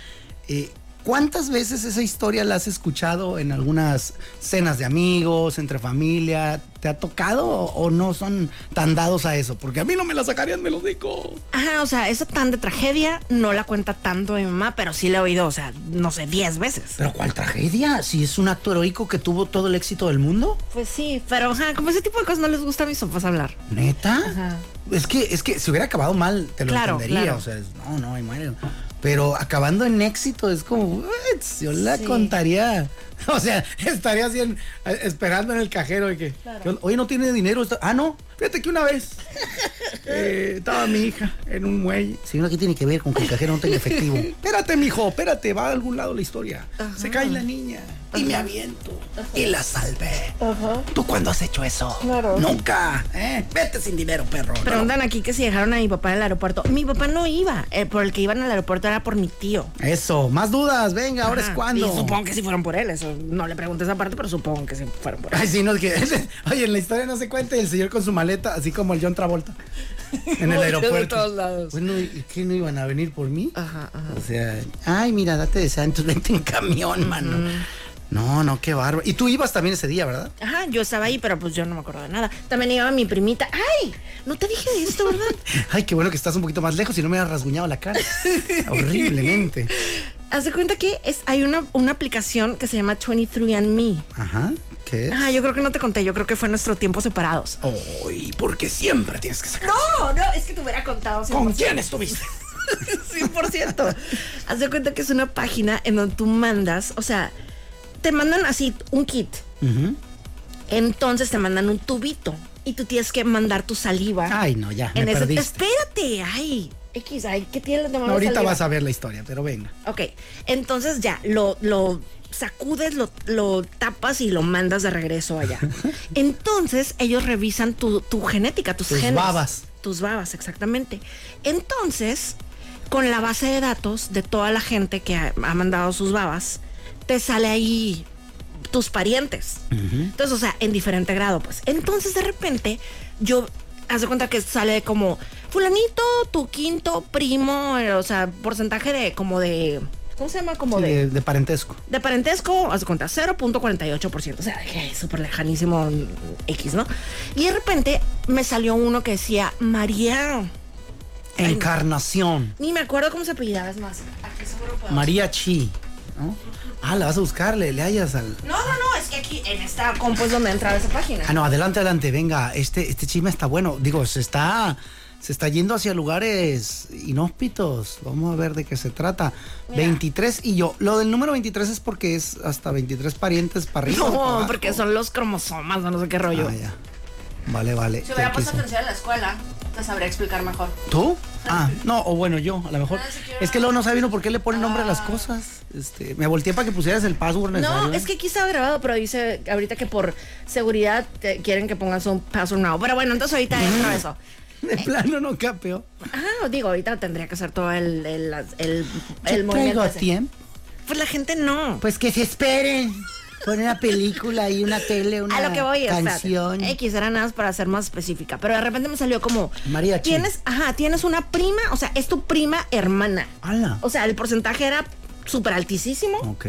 C: eh, ¿cuántas veces esa historia la has escuchado en algunas cenas de amigos, entre familia? ¿Te ha tocado o, o no son tan dados a eso? Porque a mí no me la sacarían, me lo digo.
A: Ajá, o sea, esa tan de tragedia no la cuenta tanto mi mamá, pero sí la he oído, o sea, no sé, 10 veces.
C: Pero ¿cuál tragedia? Si es un acto heroico que tuvo todo el éxito del mundo.
A: Pues sí, pero ajá, como ese tipo de cosas no les gusta a mis papás hablar.
C: ¿Neta?
A: Ajá.
C: Es que, es que si hubiera acabado mal, te lo
A: Claro,
C: entendería.
A: claro.
C: O sea, es- no, no, ay, Mario. Pero acabando en éxito es como, "What? yo la
A: Sí.
C: contaría. O sea, estaría así en- eh, esperando en el cajero de que, oye, no tiene dinero. Está- ah, no, fíjate que una vez eh, estaba mi hija en un muelle. Señora, ¿qué tiene que ver con que el cajero no tenga efectivo? espérate, mijo, espérate, va a algún lado la historia. Se cae la niña y me aviento y la salvé. ¿Tú cuándo has hecho eso? Nunca. ¿eh? Vete sin dinero, perro. ¿no?
A: Preguntan aquí que si dejaron a mi papá en el aeropuerto. Mi papá no iba, eh, por el que iban al aeropuerto era por mi tío.
C: Eso, más dudas, venga, ahora es
A: Ajá.
C: cuando.
A: Y supongo que sí fueron por él, eso no le pregunté esa parte, pero supongo que sí fueron por él.
C: Ay, sí, no, es que. Oye, en la historia no se cuenta y el señor con su maleta, así como el John Travolta. En el
A: Volteó de
C: aeropuerto.
A: todos lados.
C: Bueno, ¿y qué no iban a venir por mí?
A: Ajá, ajá.
C: O sea, ay, mira, date de santos, vente en camión, mano. No, no, qué bárbaro. Y tú ibas también ese día, ¿verdad?
A: Ajá, yo estaba ahí, pero pues yo no me acuerdo de nada. También iba mi primita. ¡Ay! No te dije de esto, ¿verdad?
C: Ay, qué bueno que estás un poquito más lejos y no me has rasguñado la cara. Horriblemente.
A: Haz de cuenta que es, hay una, una aplicación que se llama 23andMe.
C: Ajá, ¿qué es?
A: Ah, yo creo que no te conté, yo creo que fue nuestro tiempo separados.
C: Ay, porque siempre tienes que sacar.
A: No, no, es que te hubiera contado.
C: ¿Con quién estuviste?
A: 100%. Haz de cuenta que es una página en donde tú mandas, o sea, te mandan así un kit. Entonces te mandan un tubito y tú tienes que mandar tu saliva.
C: Ay, no, ya, me
A: en ese-
C: perdiste.
A: Espérate, ay. X, ay, ¿qué tiene la demanda
C: No, ahorita vas a ver la historia, pero venga.
A: Ok, entonces ya, lo, lo sacudes, lo, lo tapas y lo mandas de regreso allá. Entonces ellos revisan tu, tu genética, tus
C: Tus
A: genes.
C: babas.
A: Tus babas, exactamente. Entonces, con la base de datos de toda la gente que ha, ha mandado sus babas, te sale ahí tus parientes. Entonces, o sea, en diferente grado, pues. Entonces, de repente, yo hace cuenta que sale como fulanito, tu quinto primo, eh, o sea, porcentaje de como de ¿cómo se llama? Como
C: Sí, eh.
A: de
C: de, de parentesco.
A: de parentesco, haz de cuenta, 0.48%. O sea, que es súper lejanísimo X, ¿no? Y de repente me salió uno que decía María. Ay,
C: Encarnación.
A: Ni me acuerdo cómo se apellidaba, es más. Aquí seguro puedo.
C: María Chi. ¿no? Ah, la vas a buscar, le, le hallas al.
A: No, no, no, es que aquí en esta compu es donde entraba esa página.
C: Ah, no, adelante, adelante, venga, este, este chisme está bueno. Digo, se está, se está yendo hacia lugares inhóspitos. Vamos a ver de qué se trata. 23 y yo. Lo del número 23 es porque es hasta 23 parientes para arriba. o para
A: No,
C: abajo.
A: porque son los cromosomas, o no sé qué rollo.
C: Ah, ya. Vale, vale.
A: Si hubiera
C: Aquí
A: puesto
C: sí.
A: atención en la escuela, te sabría explicar mejor.
C: ¿Tú? Ah, no, o bueno, yo, a lo mejor.
A: Ah, si quiero-
C: Es que luego no sabía uno por qué le pone nombre a las cosas. Este, me volteé para que pusieras el password necesario. ¿eh?
A: No, es que aquí estaba grabado, pero dice ahorita que por seguridad te- quieren que pongas un password now. Pero bueno, entonces
C: Ah.
A: ahorita entro a eso.
C: De
A: eh,
C: plano no capeo.
A: Ah, digo, ahorita tendría que hacer todo el, el, el, el
C: Yo traigo
A: movimiento. ese.
C: tiempo.
A: Pues la gente no.
C: Pues que se esperen. Ponen una película y una tele, una
A: a lo que voy es.
C: canción.
A: X era nada más para ser más específica. Pero de repente me salió como.
C: Mariachi.
A: Tienes, ajá, tienes una prima, o sea, es tu prima hermana.
C: Ala.
A: O sea, el porcentaje era súper altísimo.
C: Ok.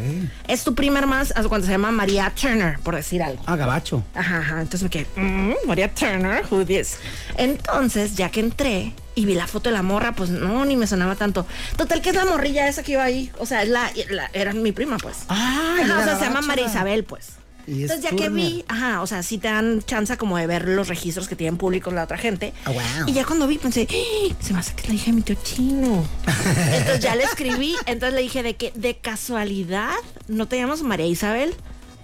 A: Es tu prima hermana, cuando se llama María Turner, por decir algo.
C: Ah, gabacho.
A: Ajá, ajá. Entonces me quedé, "Mm, María Turner, who this? Entonces, ya que entré y vi la foto de la morra, pues no, ni me sonaba tanto. Total, que es la morrilla esa que iba ahí. O sea, es la, la- era mi prima, pues.
C: Ah,
A: Ajá,
C: era
A: o sea,
C: la
A: se llama
C: bacha.
A: María Isabel, pues.
C: Y es
A: Entonces, ya que vi, ajá, o sea, sí te dan chance como de ver los registros que tienen públicos la otra gente.
C: Ah, wow.
A: Y ya cuando vi, pensé, "Ah, se me hace que es la hija de mi tío chino. entonces ya le escribí, entonces le dije de que de casualidad, ¿no te llamas María Isabel?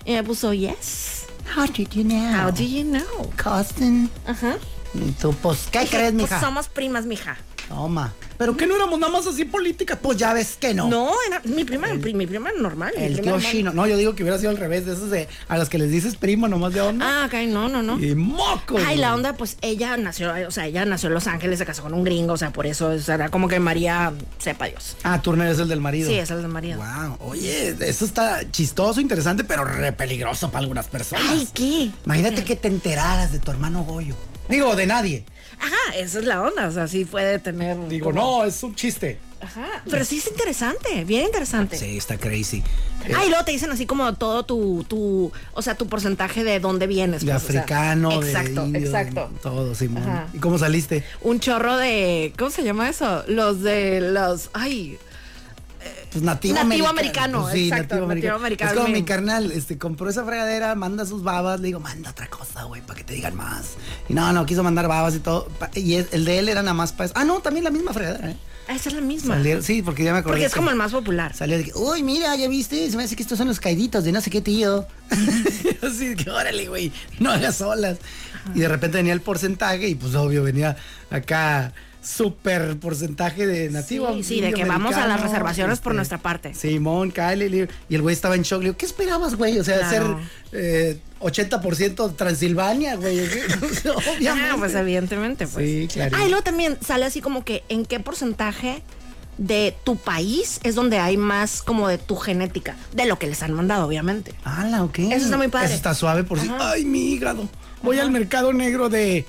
A: Y me puso, yes.
C: Ah,
B: How did you know?
A: How do you know?
B: Cousin.
A: Ajá.
C: ¿Y tú, pues, ¿qué crees, mija?
A: Pues somos primas, mija.
C: Toma. ¿Pero que no éramos nada más así políticas? Pues ya ves que no.
A: No, era mi prima, pri- mi prima normal. mi
C: El
A: prima
C: tío
A: normal.
C: chino. No, yo digo que hubiera sido al revés de esos de a los que les dices primo nomás de onda.
A: Ah, ok, no, no, no.
C: Y moco.
A: Ay, la onda, pues ella nació, o sea, ella nació en Los Ángeles, se casó con un gringo, o sea, por eso o sea, era como que María sepa Dios.
C: Ah, Turner es el del marido.
A: Sí, esa es la María.
C: Wow. Oye, eso está chistoso, interesante, pero re peligroso para algunas personas.
A: Ay, ¿qué?
C: Imagínate que te enteraras de tu hermano Goyo. Digo, de nadie.
A: Ajá, esa es la onda, o sea, sí puede tener.
C: Digo,
A: como-
C: no, es un chiste.
A: Ajá. Pero sí es interesante, bien interesante.
C: Sí, está crazy.
A: Ah, y luego te dicen así como todo tu, tu o sea, tu porcentaje de dónde vienes.
C: De
A: pues, o sea,
C: africano,
A: exacto,
C: de indio, de
A: exacto.
C: todo, Simón.
A: Ajá.
C: ¿Y cómo saliste?
A: un chorro de. ¿Cómo se llama eso? Los de los. Ay.
C: Pues nativo,
A: Nativo americano,
C: Pues
A: exacto, nativo americano.
C: Es como
A: Me-
C: mi carnal, este, compró esa fregadera, manda sus babas, le digo, manda otra cosa, güey, para que te digan más. Y no, no, quiso mandar babas y todo. pa- Y es- el de él era nada más para eso. Ah, no, también la misma fregadera, ¿eh?
A: ah, Esa es la misma.
C: Salieron- sí, porque ya me acordé.
A: Porque es
C: que
A: como el más popular.
C: Salió de que, uy, mira, ya viste, se me hace que estos son los caiditos de no sé qué tío. Así que, órale, güey, no hagas olas. Y de repente venía el porcentaje y pues obvio venía acá súper porcentaje de nativo. este,
A: Sí, sí, de que vamos a las reservaciones por nuestra parte.
C: Simón, Kyle, le digo- y el güey estaba en shock. Le digo, ¿qué esperabas, güey? O sea,
A: Claro.
C: ser eh, 80% Transilvania, güey. Obviamente.
A: Ah, pues evidentemente, pues.
C: Sí, claro.
A: Ah, y luego también sale así como que en qué porcentaje de tu país es donde hay más como de tu genética, de lo que les han mandado, obviamente.
C: Ala, ok.
A: Eso está muy padre.
C: Eso está suave por si.
A: Ajá.
C: Ay, mi hígado. Voy al mercado negro de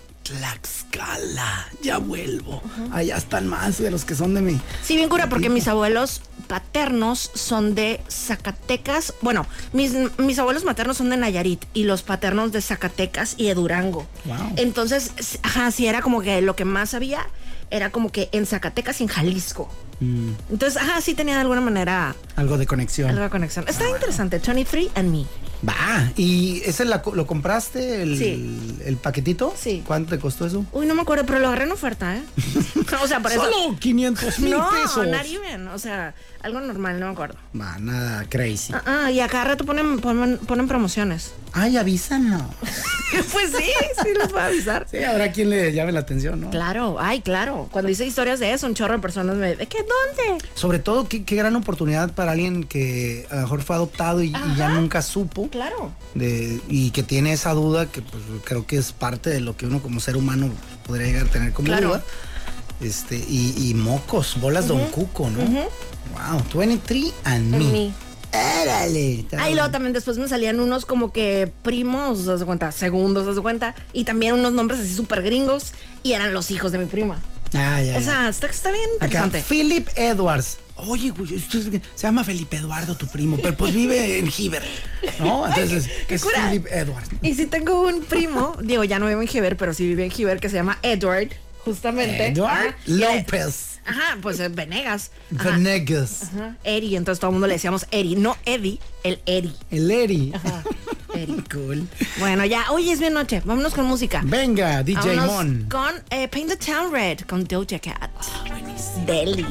C: Tlaxcala. Ya vuelvo. Allá están más de los que son de mí.
A: Sí, bien cura, porque mis abuelos paternos son de Zacatecas. Bueno, mis, mis abuelos maternos son de Nayarit y los paternos de Zacatecas y de Durango.
C: Wow.
A: Entonces, s- ajá, sí, era como que lo que más había era como que en Zacatecas y en Jalisco. Entonces, ajá, sí tenía de alguna manera
C: Mm, Algo de conexión.
A: alguna conexión. Está interesante, 23 and me.
C: Va. ¿Y ese la co- lo compraste? El,
A: Sí.
C: el paquetito?
A: Sí.
C: ¿Cuánto te costó eso?
A: Uy, no me acuerdo, pero lo agarré en oferta, ¿eh? o sea, por eso.
C: Solo 500 mil
A: no,
C: pesos.
A: not even, O sea, algo normal, no me acuerdo.
C: Va, nada, crazy.
A: Ah, ah, y a cada rato ponen, ponen, ponen promociones.
C: Ay, avísanos.
A: Pues sí, sí les voy a avisar.
C: Sí, habrá quien le llame la atención, ¿no?
A: Claro, ay, claro. Cuando hice historias de eso, un chorro de personas me... ¿De qué? ¿Dónde?
C: Sobre todo, qué, qué gran oportunidad para alguien que a lo mejor fue adoptado y, y ya nunca supo.
A: Claro.
C: de- y que tiene esa duda que pues, creo que es parte de lo que uno como ser humano podría llegar a tener como
A: Claro.
C: duda. Este, y, y mocos, bolas Don Cuco, ¿no? Wow, 23 and me.
A: me.
C: Árale, está
A: Ahí
C: bueno.
A: luego también después me salían unos como que primos, haz de cuenta, segundos, haz de cuenta, y también unos nombres así súper gringos, y eran los hijos de mi prima.
C: Ah, ya, ya.
A: O sea, está, está bien
C: Acá,
A: interesante.
C: Philip Edwards. Oye, güey, esto es- se llama Felipe Eduardo, tu primo, pero pues vive en Heber, ¿no? Entonces, es
A: cura.
C: Philip Edwards.
A: Y si tengo un primo, digo, ya no vive en Giver, pero sí vive en Giver, que se llama Edward, justamente.
C: Edward
A: Ajá. ah, Y le-
C: López
A: Ajá, pues eh, Venegas. Ajá.
C: Venegas.
A: Ajá, Eri, entonces todo el mundo le decíamos Eri, no Eddie, el Eri.
C: El Eri.
A: Eri.
C: Cool.
A: Bueno, ya, hoy es bien noche, vámonos con música.
C: Venga, DJ
A: Vámonos
C: Mon.
A: con eh, Paint the Town Red, con Doja Cat. Deli.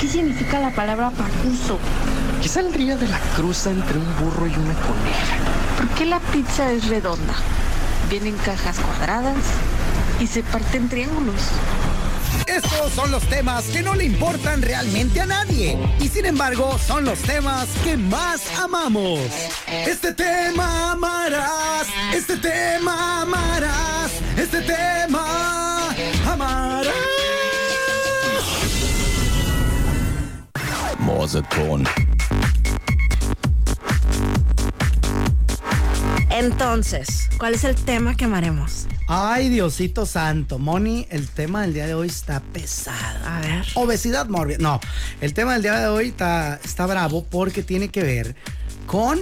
E: ¿Qué significa la palabra pacuso?
F: ¿Qué saldría de la cruza entre un burro y una coneja?
E: ¿Por qué la pizza es redonda? Viene en cajas cuadradas y se parte en triángulos.
C: Estos son los temas que no le importan realmente a nadie. Y sin embargo, son los temas que más amamos. Este tema amarás. Este tema amarás. Este tema amarás.
G: Morseton.
A: Entonces, ¿cuál es el tema que amaremos?
C: Ay, Diosito Santo. Moni, el tema del día de hoy está pesado.
A: A ver.
C: Obesidad mórbida. No, el tema del día de hoy está, está bravo porque tiene que ver con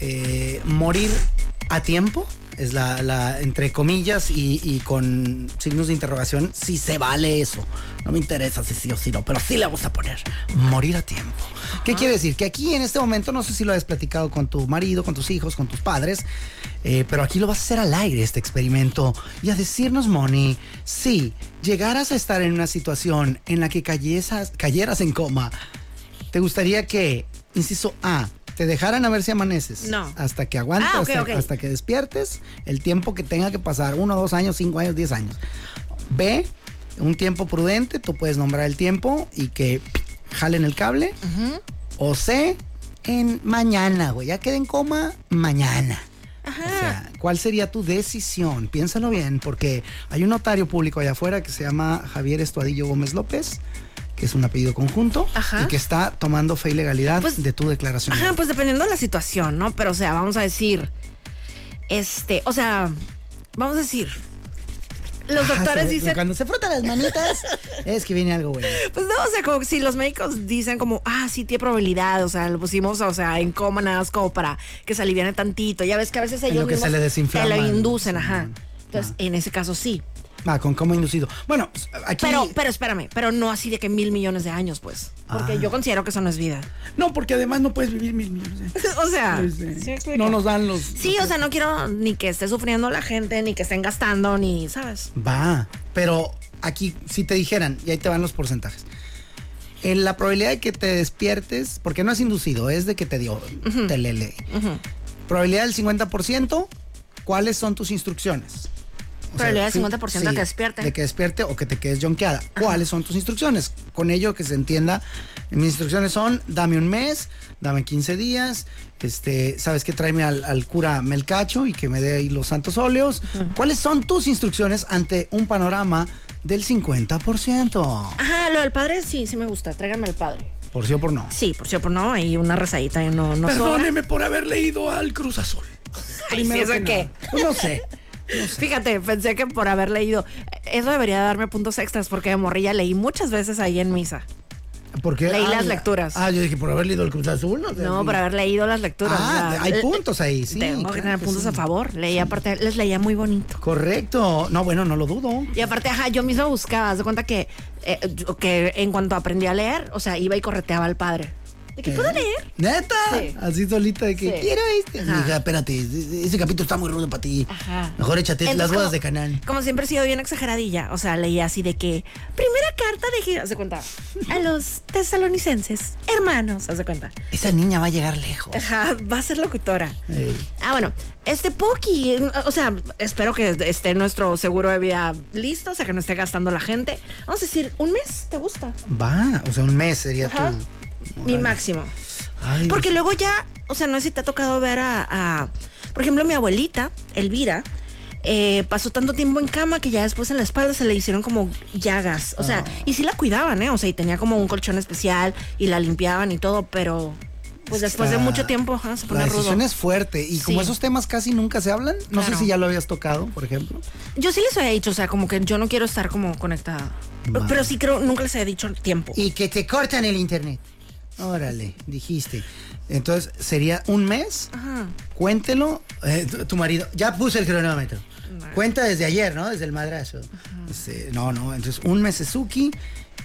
C: eh, morir a tiempo. Es la, la- entre comillas y, y con signos de interrogación, si se vale eso. No me interesa si sí o si no, pero sí le vamos a poner morir a tiempo. ¿Qué quiere decir? Que aquí en este momento, no sé si lo has platicado con tu marido, con tus hijos, con tus padres, eh, pero aquí lo vas a hacer al aire este experimento y a decirnos, Moni, si llegaras a estar en una situación en la que cayesas- cayeras en coma, ¿te gustaría que, inciso A, te dejaran a ver si amaneces?
A: No.
C: Hasta que aguantes,
A: Ah, ok,
C: hasta,
A: ok.
C: hasta que despiertes, el tiempo que tenga que pasar, uno, dos años, cinco años, diez años. B, un tiempo prudente, tú puedes nombrar el tiempo y que jalen el cable. O C, en mañana, güey, ya queda en coma mañana. O sea, ¿cuál sería tu decisión? Piénsalo bien, porque hay un notario público allá afuera que se llama Javier Estuadillo Gómez López, que es un apellido conjunto,
A: Ajá.
C: y que está tomando fe y legalidad
A: Pues-
C: de tu declaración.
A: Ajá, pues dependiendo de la situación, ¿no? Pero, o sea, vamos a decir, este, o sea, vamos a decir, los
C: Ajá,
A: doctores
C: se-
A: dicen,
C: Cuando se frotan las manitas, es que viene algo bueno.
A: pues no, o sea, como que si los médicos dicen como, ah, sí tiene probabilidad, o sea, lo pusimos, o sea, en coma nada más como para que se aliviane tantito. Ya ves que a veces ellos
C: lo que se
A: mismos
C: le desinflama.
A: Te lo inducen, ajá.
C: Simón.
A: Entonces, en ese caso sí.
C: Va, con coma inducido. Bueno, pues, aquí.
A: Pero, pero espérame, pero no así de que mil millones de años, pues. Porque
C: Ah.
A: yo considero que eso no es vida.
C: No, porque además no puedes vivir mil millones.
A: o sea,
C: no nos dan los.
A: Sí, o sea, no quiero ni que esté sufriendo la gente, ni que estén gastando, ni, ¿sabes?
C: Va, pero aquí si te dijeran, y ahí te van los porcentajes. En la probabilidad de que te despiertes, porque no es inducido, es de que te dio, te lele. Probabilidad del 50%, ¿cuáles son tus instrucciones? O
A: Probabilidad
C: sí,
A: del 50% de que despierte.
C: De que despierte o que te quedes jonqueada. ¿Cuáles son tus instrucciones? Con ello que se entienda, mis instrucciones son, dame un mes, dame 15 días, este, sabes que tráeme al, al cura Melcacho y que me dé ahí los santos óleos. ¿Cuáles son tus instrucciones ante un panorama del 50%?
A: Ajá, lo del padre sí, sí me gusta. Tráiganme el padre.
C: Por sí o por no.
A: Sí, por sí o por no, hay una rezadita y no, no sobra.
G: Perdóneme por haber leído al Cruz Azul.
A: Ay, sí, ¿eso qué?
C: Pues no sé.
A: Fíjate, pensé que por haber leído, eso debería darme puntos extras porque de morrilla leí muchas veces ahí en misa.
C: Porque,
A: Leí
C: ah,
A: las
C: la-
A: lecturas.
C: Ah, yo dije, por haber leído el Cruz Azul. O sea,
A: No, por haber leído las lecturas.
C: Ah,
A: o sea,
C: hay
A: le-
C: puntos ahí, sí.
A: Tengo que
C: claro
A: tener
C: que
A: puntos
C: sí.
A: a favor. Leía aparte, les leía muy bonito.
C: Correcto. No, bueno, no lo dudo.
A: Y aparte, ajá, yo misma buscaba, haz de cuenta que, eh, yo- que en cuanto aprendí a leer, o sea, iba y correteaba al padre. ¿De qué puedo leer?
C: ¿Neta?
A: Sí.
C: Así solita de que
A: Sí.
C: quiero este. Mija, espérate, ese, ese capítulo está muy rudo para ti.
A: Ajá.
C: Mejor échate las
A: Entonces,
C: bodas
A: como-
C: de canal.
A: Como siempre he sido bien exageradilla, o sea, leía así de que primera carta de Gi- haz de cuenta, a los tesalonicenses, hermanos, haz de cuenta.
C: Esa niña va a llegar lejos.
A: Ajá, va a ser locutora.
C: Ey.
A: Ah, bueno, este Poki, eh, o sea, espero que esté nuestro seguro de vida listo, o sea, que no esté gastando la gente. Vamos a decir, un mes, ¿te gusta?
C: Va, o sea, un mes sería
A: Ajá.
C: tu.
A: Mi máximo.
C: Ay,
A: Porque luego ya, o sea, no sé si te ha tocado ver a, a- por ejemplo, mi abuelita, Elvira, eh, pasó tanto tiempo en cama que ya después en la espalda se le hicieron como llagas. O sea, y sí la cuidaban, ¿eh? O sea, y tenía como un colchón especial y la limpiaban y todo, pero pues después de
C: Está-
A: mucho tiempo ajá, se pone
C: La
A: rudo.
C: decisión es fuerte y como
A: Sí.
C: esos temas casi nunca se hablan, no sé
A: Claro.
C: si ya lo habías tocado, por ejemplo.
A: Yo sí les había dicho, o sea, como que yo no quiero estar como conectada. Pero- Pero sí creo, nunca les había dicho tiempo.
C: Y que te cortan el internet. Órale, dijiste. Entonces, sería un mes.
A: Ajá.
C: Cuéntelo. eh, tu, tu marido, ya puse el cronómetro.
A: Vale.
C: Cuenta desde ayer, ¿no? Desde el madrazo. Este, no, no. Entonces, un mes Suzuki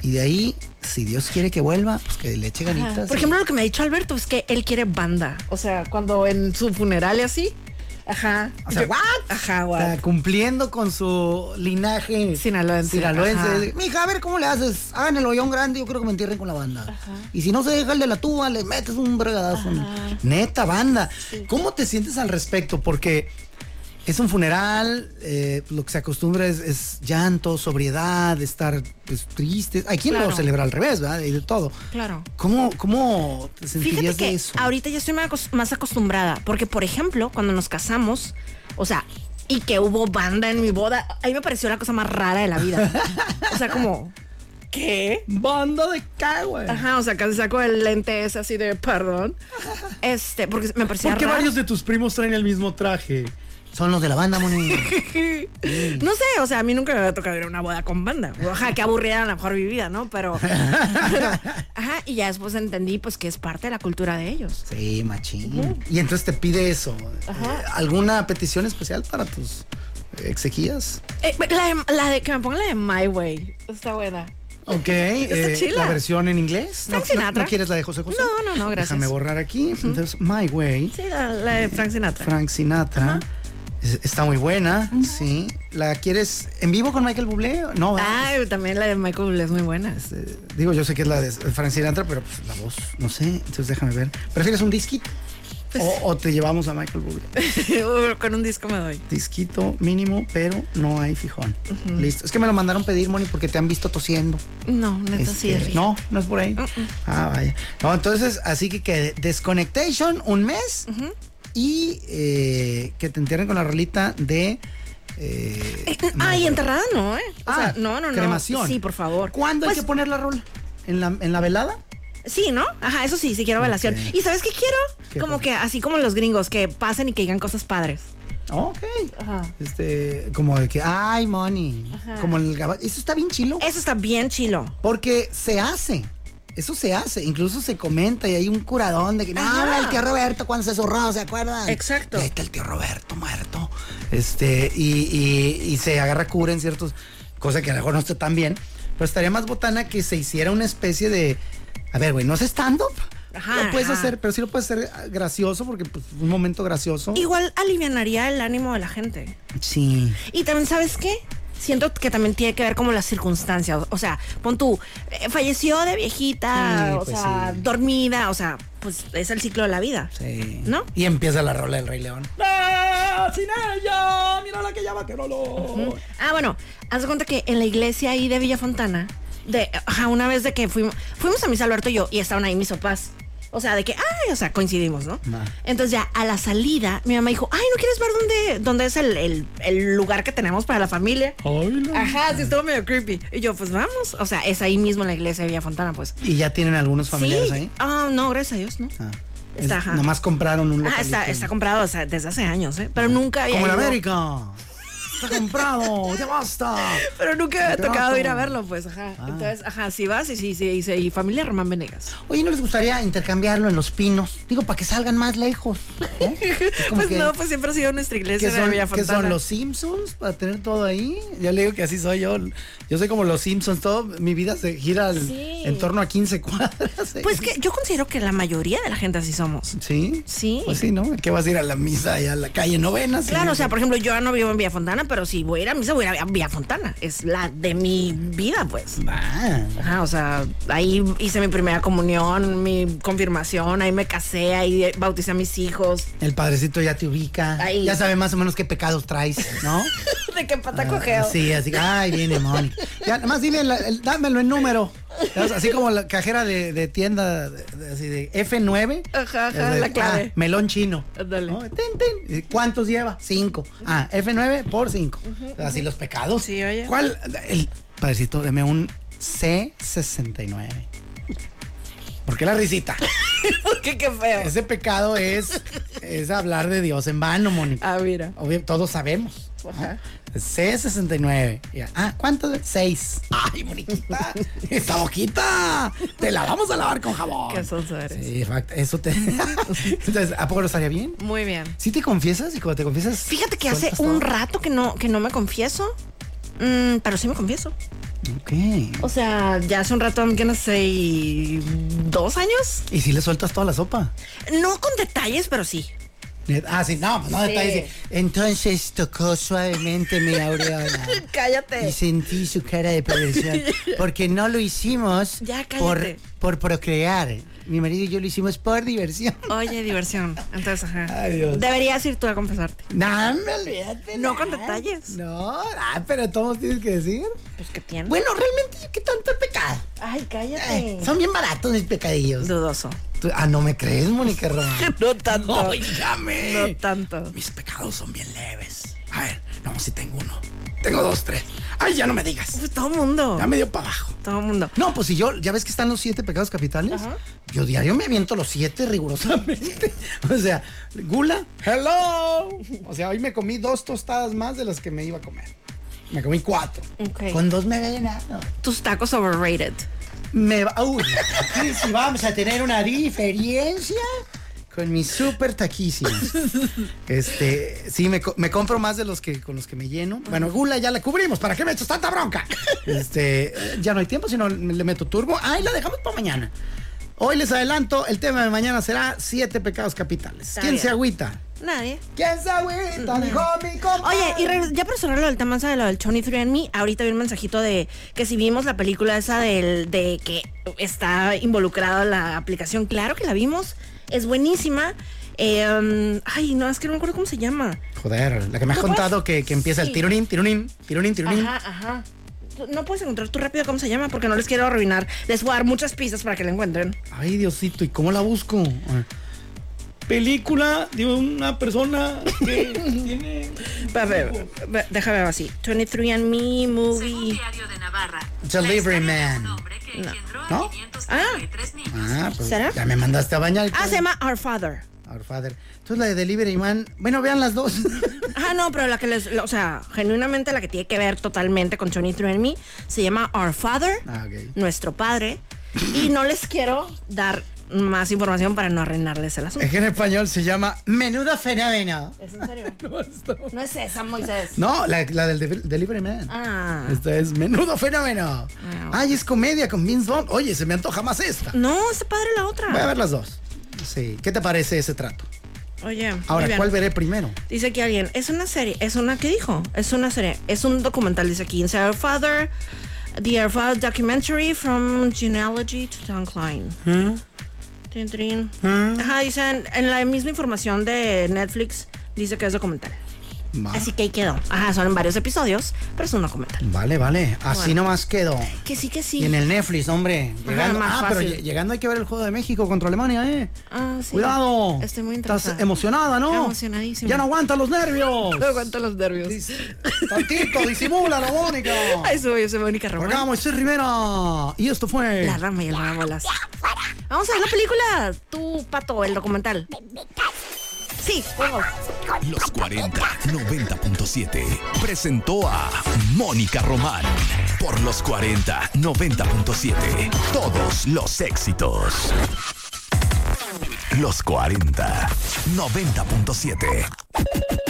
C: y de ahí, si Dios quiere que vuelva, pues que le eche ganitas.
A: Por ejemplo, lo que me ha dicho Alberto es que él quiere banda. O sea, cuando en su funeral y así. Ajá.
C: O sea,
A: Yo-
C: ¿what?
A: Ajá,
C: O
A: what?
C: sea, cumpliendo con su linaje
A: Sinaloense,
C: sinaloense.
A: ajá.
C: Mija, a ver cómo le haces. Hagan el hoyón grande, yo creo que me entierren con la banda. Y si no se deja el de la tuba, le metes un bregadazo. Neta, banda. ¿Cómo te sientes al respecto? Porque es un funeral, eh, lo que se acostumbra es, es llanto, sobriedad, estar pues, tristes. Hay quien lo
A: Claro.
C: celebra al revés, ¿verdad? Y de todo.
A: Claro.
C: ¿Cómo, cómo te
A: Fíjate
C: sentirías
A: que
C: de eso?
A: ahorita ya estoy más acos- más acostumbrada, porque por ejemplo, cuando nos casamos, o sea, y que hubo banda en mi boda, ahí me pareció la cosa más rara de la vida. O sea, como, ¿qué?
C: Banda de cagüe.
A: Ajá, o sea, casi saco el lente ese así de perdón. Este, porque me parecía
G: Porque
A: raro.
G: varios de tus primos traen el mismo traje.
C: Son los de la banda, Moni.
A: No sé, o sea, a mí nunca me había tocado ir a una boda con banda. Ajá, qué aburrida a lo mejor mi vida, ¿no? Pero, pero, ajá, y ya después entendí pues que es parte de la cultura de ellos.
C: Sí, machín. Y entonces te pide eso. Eh, ¿Alguna petición especial para tus exequidas?
A: Eh, la, de, la de- que me pongan la de My Way, está buena.
C: Ok. eh,
A: chila.
C: la versión en inglés.
A: Frank
C: ¿No, no,
A: Sinatra.
C: no quieres la de José José?
A: No, no, no, gracias.
C: Déjame borrar aquí. Entonces, My Way,
A: Sí, la, la de Frank Sinatra.
C: Frank Sinatra. Es- Está muy buena, sí. ¿La quieres en vivo con Michael Bublé? No, ¿verdad?
A: Ay, también la de Michael Bublé es muy buena.
C: Eh, digo, yo sé que es la de Frank Sinatra, pero pues, la voz, no sé. Entonces déjame ver. ¿Prefieres un disquito?
A: Pues
C: o, o te llevamos a Michael Bublé?
A: Con un disco me doy.
C: disquito mínimo, pero no hay fijón. Listo. Es que me lo mandaron pedir, Moni, porque te han visto tosiendo.
A: No, neta sí
C: Este,
A: es.
C: no, no es por ahí. Ah, vaya. No, entonces, así que que desconectation un mes y eh, que te entierren con la rolita de. eh,
A: Eh, Ay, enterrada no, ¿eh? O sea,
C: ah,
A: no, no, no.
C: Cremación.
A: Sí, por favor.
C: ¿Cuándo
A: Pues,
C: hay que poner la rola? ¿En la, en la velada?
A: Sí, ¿no? Ajá, eso sí, sí quiero velación.
C: Ok.
A: ¿Y sabes qué quiero?
C: ¿Qué
A: como
C: cosa?
A: que así como los gringos, que pasen y que digan cosas padres.
C: Ok. Este, como de que, ay, Moni. Como el gaba- Eso está bien chilo.
A: Eso está bien chilo.
C: Porque se hace. Eso se hace. Incluso se comenta y hay un curadón de que no,
A: Ajá.
C: el tío Roberto cuando se zurró, ¿se acuerdan?
A: Exacto.
C: Y ahí está el tío Roberto muerto. Este, y, y- y se agarra cura en ciertos. Cosa que a lo mejor no está tan bien. Pero estaría más botana que se hiciera una especie de. A ver, güey, no es stand-up.
A: Ajá,
C: Lo puedes
A: ajá.
C: hacer, pero sí lo puedes hacer ah, gracioso porque pues, un momento gracioso.
A: Igual alivianaría el ánimo de la gente.
C: Sí.
A: Y también, ¿sabes qué? Siento que también tiene que ver como las circunstancias. O sea, pon tú, eh, falleció de viejita,
C: Sí,
A: o
C: pues
A: sea,
C: sí.
A: dormida, o sea, pues es el ciclo de la vida.
C: Sí.
A: ¿No?
C: Y empieza la rola del Rey León.
G: ¡Ah, ¡Sin ella! ¡Mira la que llama que no lo!
A: Ah, bueno, haz de cuenta que en la iglesia ahí de Villa Fontana, de, ajá, una vez de que fuimos, fuimos a misa Alberto y yo, y estaban ahí mis papás. O sea, de que, ay, o sea, coincidimos, ¿no?
C: Ma.
A: Entonces ya a la salida, mi mamá dijo, ay, ¿no quieres ver dónde, dónde es el, el- el lugar que tenemos para la familia?
C: Oh.
A: Ajá, sí, estuvo medio creepy. Y yo, pues vamos. O sea, es ahí mismo en la iglesia de Villa Fontana, pues.
C: Y ya tienen algunos familiares
A: sí.
C: ahí.
A: Ah, no, gracias a Dios, ¿no?
C: Ah.
A: Está,
C: Es-
A: ajá.
C: Nomás compraron un
A: Ah, está,
C: localito.
A: está comprado o sea, desde hace años, ¿eh? Pero nunca había
C: Como en
A: ido-
C: América. Está comprado. ya basta.
A: Pero nunca había
C: Qué
A: tocado
C: oso.
A: ir a verlo, pues, ajá.
C: Ah.
A: Entonces, ajá, sí vas y sí, sí, y, sí, y familia Román Venegas.
C: Oye, ¿no les gustaría intercambiarlo en los pinos? Digo, para que salgan más lejos. ¿eh? Es como
A: Pues
C: que-
A: no, pues siempre ha sido nuestra iglesia
C: ¿Qué
A: de Villa
C: son, qué
A: Fontana.
C: son los Simpsons? Para tener todo ahí. Ya le digo que así soy yo. Yo soy como los Simpsons. Todo mi vida se gira al-
A: Sí.
C: en torno a 15 cuadras. ¿eh?
A: Pues que yo considero que la mayoría de la gente así somos.
C: Sí.
A: Sí.
C: Pues sí, ¿no? ¿Qué vas a ir a la misa y a la calle novena? Sí.
A: Claro, o sea, por ejemplo, yo no vivo en Villa Fontana, pero si voy a ir a misa, voy a ir a Villa Fontana. Es la de mi vida, pues.
C: Va.
A: Ajá, o sea, ahí hice mi primera comunión, mi confirmación, ahí me casé, ahí bauticé a mis hijos.
C: El padrecito ya te ubica.
A: Ahí.
C: Ya sabe más o menos qué pecados traes, ¿no?
A: ¿De qué pata
C: Ah, Sí, así que, ay, viene Moni. Ya, nada más dile, la- el- dámelo en número. ¿Sabes? Así como la cajera de, de tienda, de- de- así de F9.
A: Ajá, ajá,
C: es de,
A: la clave.
C: ah, melón chino.
A: Ándale.
C: ¿No? Tin, tin. ¿Y ¿Cuántos lleva? Cinco. Ah, F9 por cinco. Así los pecados.
A: Sí, oye.
C: ¿Cuál? El padrecito, deme un C69. ¿Por qué la risita?
A: Porque qué feo.
C: Ese pecado es, es hablar de Dios en vano, Mónica.
A: Ah, mira.
C: Obvio, todos sabemos. ¿no?
A: Ajá.
C: C69. Ya. Ah, ¿cuántos? Seis. Ay, Moniquita. Esta boquita. Te la vamos a lavar con jabón.
A: Qué sonso eres.
C: Sí, fact, eso te. Entonces, ¿a poco lo estaría bien?
A: Muy bien.
C: ¿Sí te confiesas? Y cuando te confiesas.
A: Fíjate que hace
C: sueltas
A: un
C: todo?
A: rato que no, que no me confieso. Mm, pero sí me confieso.
C: Ok.
A: O sea, ya hace un rato, I'm gonna say dos años.
C: ¿Y si le sueltas toda la sopa?
A: No con detalles, pero sí.
C: Ah, sí, no, pues no
A: Sí.
C: detalles. Entonces tocó suavemente mi aureola.
A: Cállate.
C: Y sentí su cara de perversión. Porque no lo hicimos
A: Ya,
C: por,
A: cállate.
C: por procrear. Mi marido y yo lo hicimos por diversión.
A: Oye, diversión. Entonces, ajá.
C: Ay, Dios.
A: Deberías ir tú a confesarte.
C: No, me olvídate.
A: No
C: nah.
A: con detalles.
C: No, ah, pero todos tienes que decir.
A: Pues que tiene.
C: Bueno, realmente, ¿qué tanto he pecado?
A: Ay,
C: Eh,
A: cállate.
C: son bien baratos mis pecadillos.
A: Dudoso.
C: Tú- ah, no me crees, Mónica Román.
A: No tanto.
G: Oígame.
A: No tanto.
G: Mis pecados son bien leves. A ver, no, si tengo uno. Tengo dos, tres. Ay, ya no me digas.
A: Pues todo mundo.
G: Ya me dio para abajo.
A: Todo mundo.
C: No, pues si yo, ya ves que están los siete pecados capitales. Yo diario me aviento los siete rigurosamente. o sea, gula, hello. O sea, hoy me comí dos tostadas más de las que me iba a comer. Me comí cuatro.
A: Ok.
C: Con dos me había llenado.
A: Tus tacos overrated.
C: Me va. Uy, aquí sí vamos a tener una diferencia con mis súper taquísimos. Este, sí, me, co- me compro más de los que con los que me lleno. Bueno, gula ya la cubrimos. ¿Para qué me echas tanta bronca? Este, ya no hay tiempo, sino le meto turbo. Ahí la dejamos para mañana. Hoy les adelanto, el tema de mañana será siete pecados capitales.
A: Está
C: ¿Quién se
A: bien.
C: agüita?
A: Nadie.
H: ¿Quién se agüita? Dijo mi compa.
A: Oye, y regres- ya para cerrar lo del tema esa de lo del 23 and Me, ahorita vi un mensajito de que si vimos la película esa del, de que está involucrada la aplicación. Claro que la vimos. Es buenísima. Eh, um, ay, no, es que no me acuerdo cómo se llama.
C: Joder, la que me has
A: ¿No
C: contado
A: puedes?
C: que, que empieza
A: Sí.
C: el tirunín, tirunín, tirunín, tirunín.
A: Ajá, ajá. Tú- No puedes encontrar tú rápido cómo se llama porque no les quiero arruinar. Les voy a dar muchas pistas para que la encuentren.
C: Ay, Diosito, ¿y cómo la busco?
G: Película de una persona que tiene.
A: Va, va, va, déjame ver así. 23 and Me movie.
I: Diario de Navarra.
C: Delivery Man. ¿No?
A: Ah,
C: Ah, pues
A: ¿Será?
C: ya me mandaste a bañar.
A: ah, se llama Our Father.
C: Our Father. Entonces la de Delivery Man. Bueno, vean las dos.
A: Ah, no, pero la que les. la- o sea, genuinamente la que tiene que ver totalmente con Johnny True and Me se llama Our Father,
C: Ah, ok.
A: Nuestro Padre. Y no les quiero dar más información para no arruinarles el asunto.
C: Es que en español se llama Menudo Fenómeno.
A: ¿Es en serio? No es esa, Moisés.
C: No, la, la del Deliver- Delivery Man.
A: Ah.
C: Esta es Menudo Fenómeno.
A: Ah, ok.
C: Ay, es comedia con Vince Vaughn. Oye, se me antoja más esta.
A: No, está padre la otra.
C: Voy a ver las dos. Sí. ¿Qué te parece ese trato?
A: Oye, muy
C: Ahora,
A: bien.
C: ¿cuál veré primero?
A: Dice aquí alguien, es una serie, es una, ¿qué dijo? Es una serie, es un documental, dice aquí, Inside Our Father, The Our Father Documentary from Genealogy to Don Klein.
C: Hmm.
A: Trin, trin. Ajá, dicen, en la misma información de Netflix, dice que es documental.
C: Va.
A: Así que ahí quedó. Ajá, son varios episodios, pero es un documental.
C: Vale, vale. Así nomás quedó.
A: Que sí, que
C: Y en
A: sí.
C: el Netflix, hombre. Llegando,
A: más
C: ah, pero
A: fácil.
C: lle- llegando hay que ver el juego de México contra Alemania, ¿eh?
A: Ah, sí.
C: Cuidado.
A: Estoy muy
C: Estás
A: interesada.
C: emocionada, ¿no?
A: Emocionadísima.
C: Ya no aguanta los nervios.
A: aguanto los nervios.
C: Tantito, disimula, la Mónica.
A: Ahí soy, yo soy Mónica
C: Por
A: Román.
C: acá, Moisés Rivera. Y esto fue.
A: La rama y el bolas. Vamos a ver la película, tú, Pato, el documental. Sí, vamos.
J: Los 40 90.7 presentó a Mónica Román por los 40 90.7. Todos los éxitos. Los 40 90.7.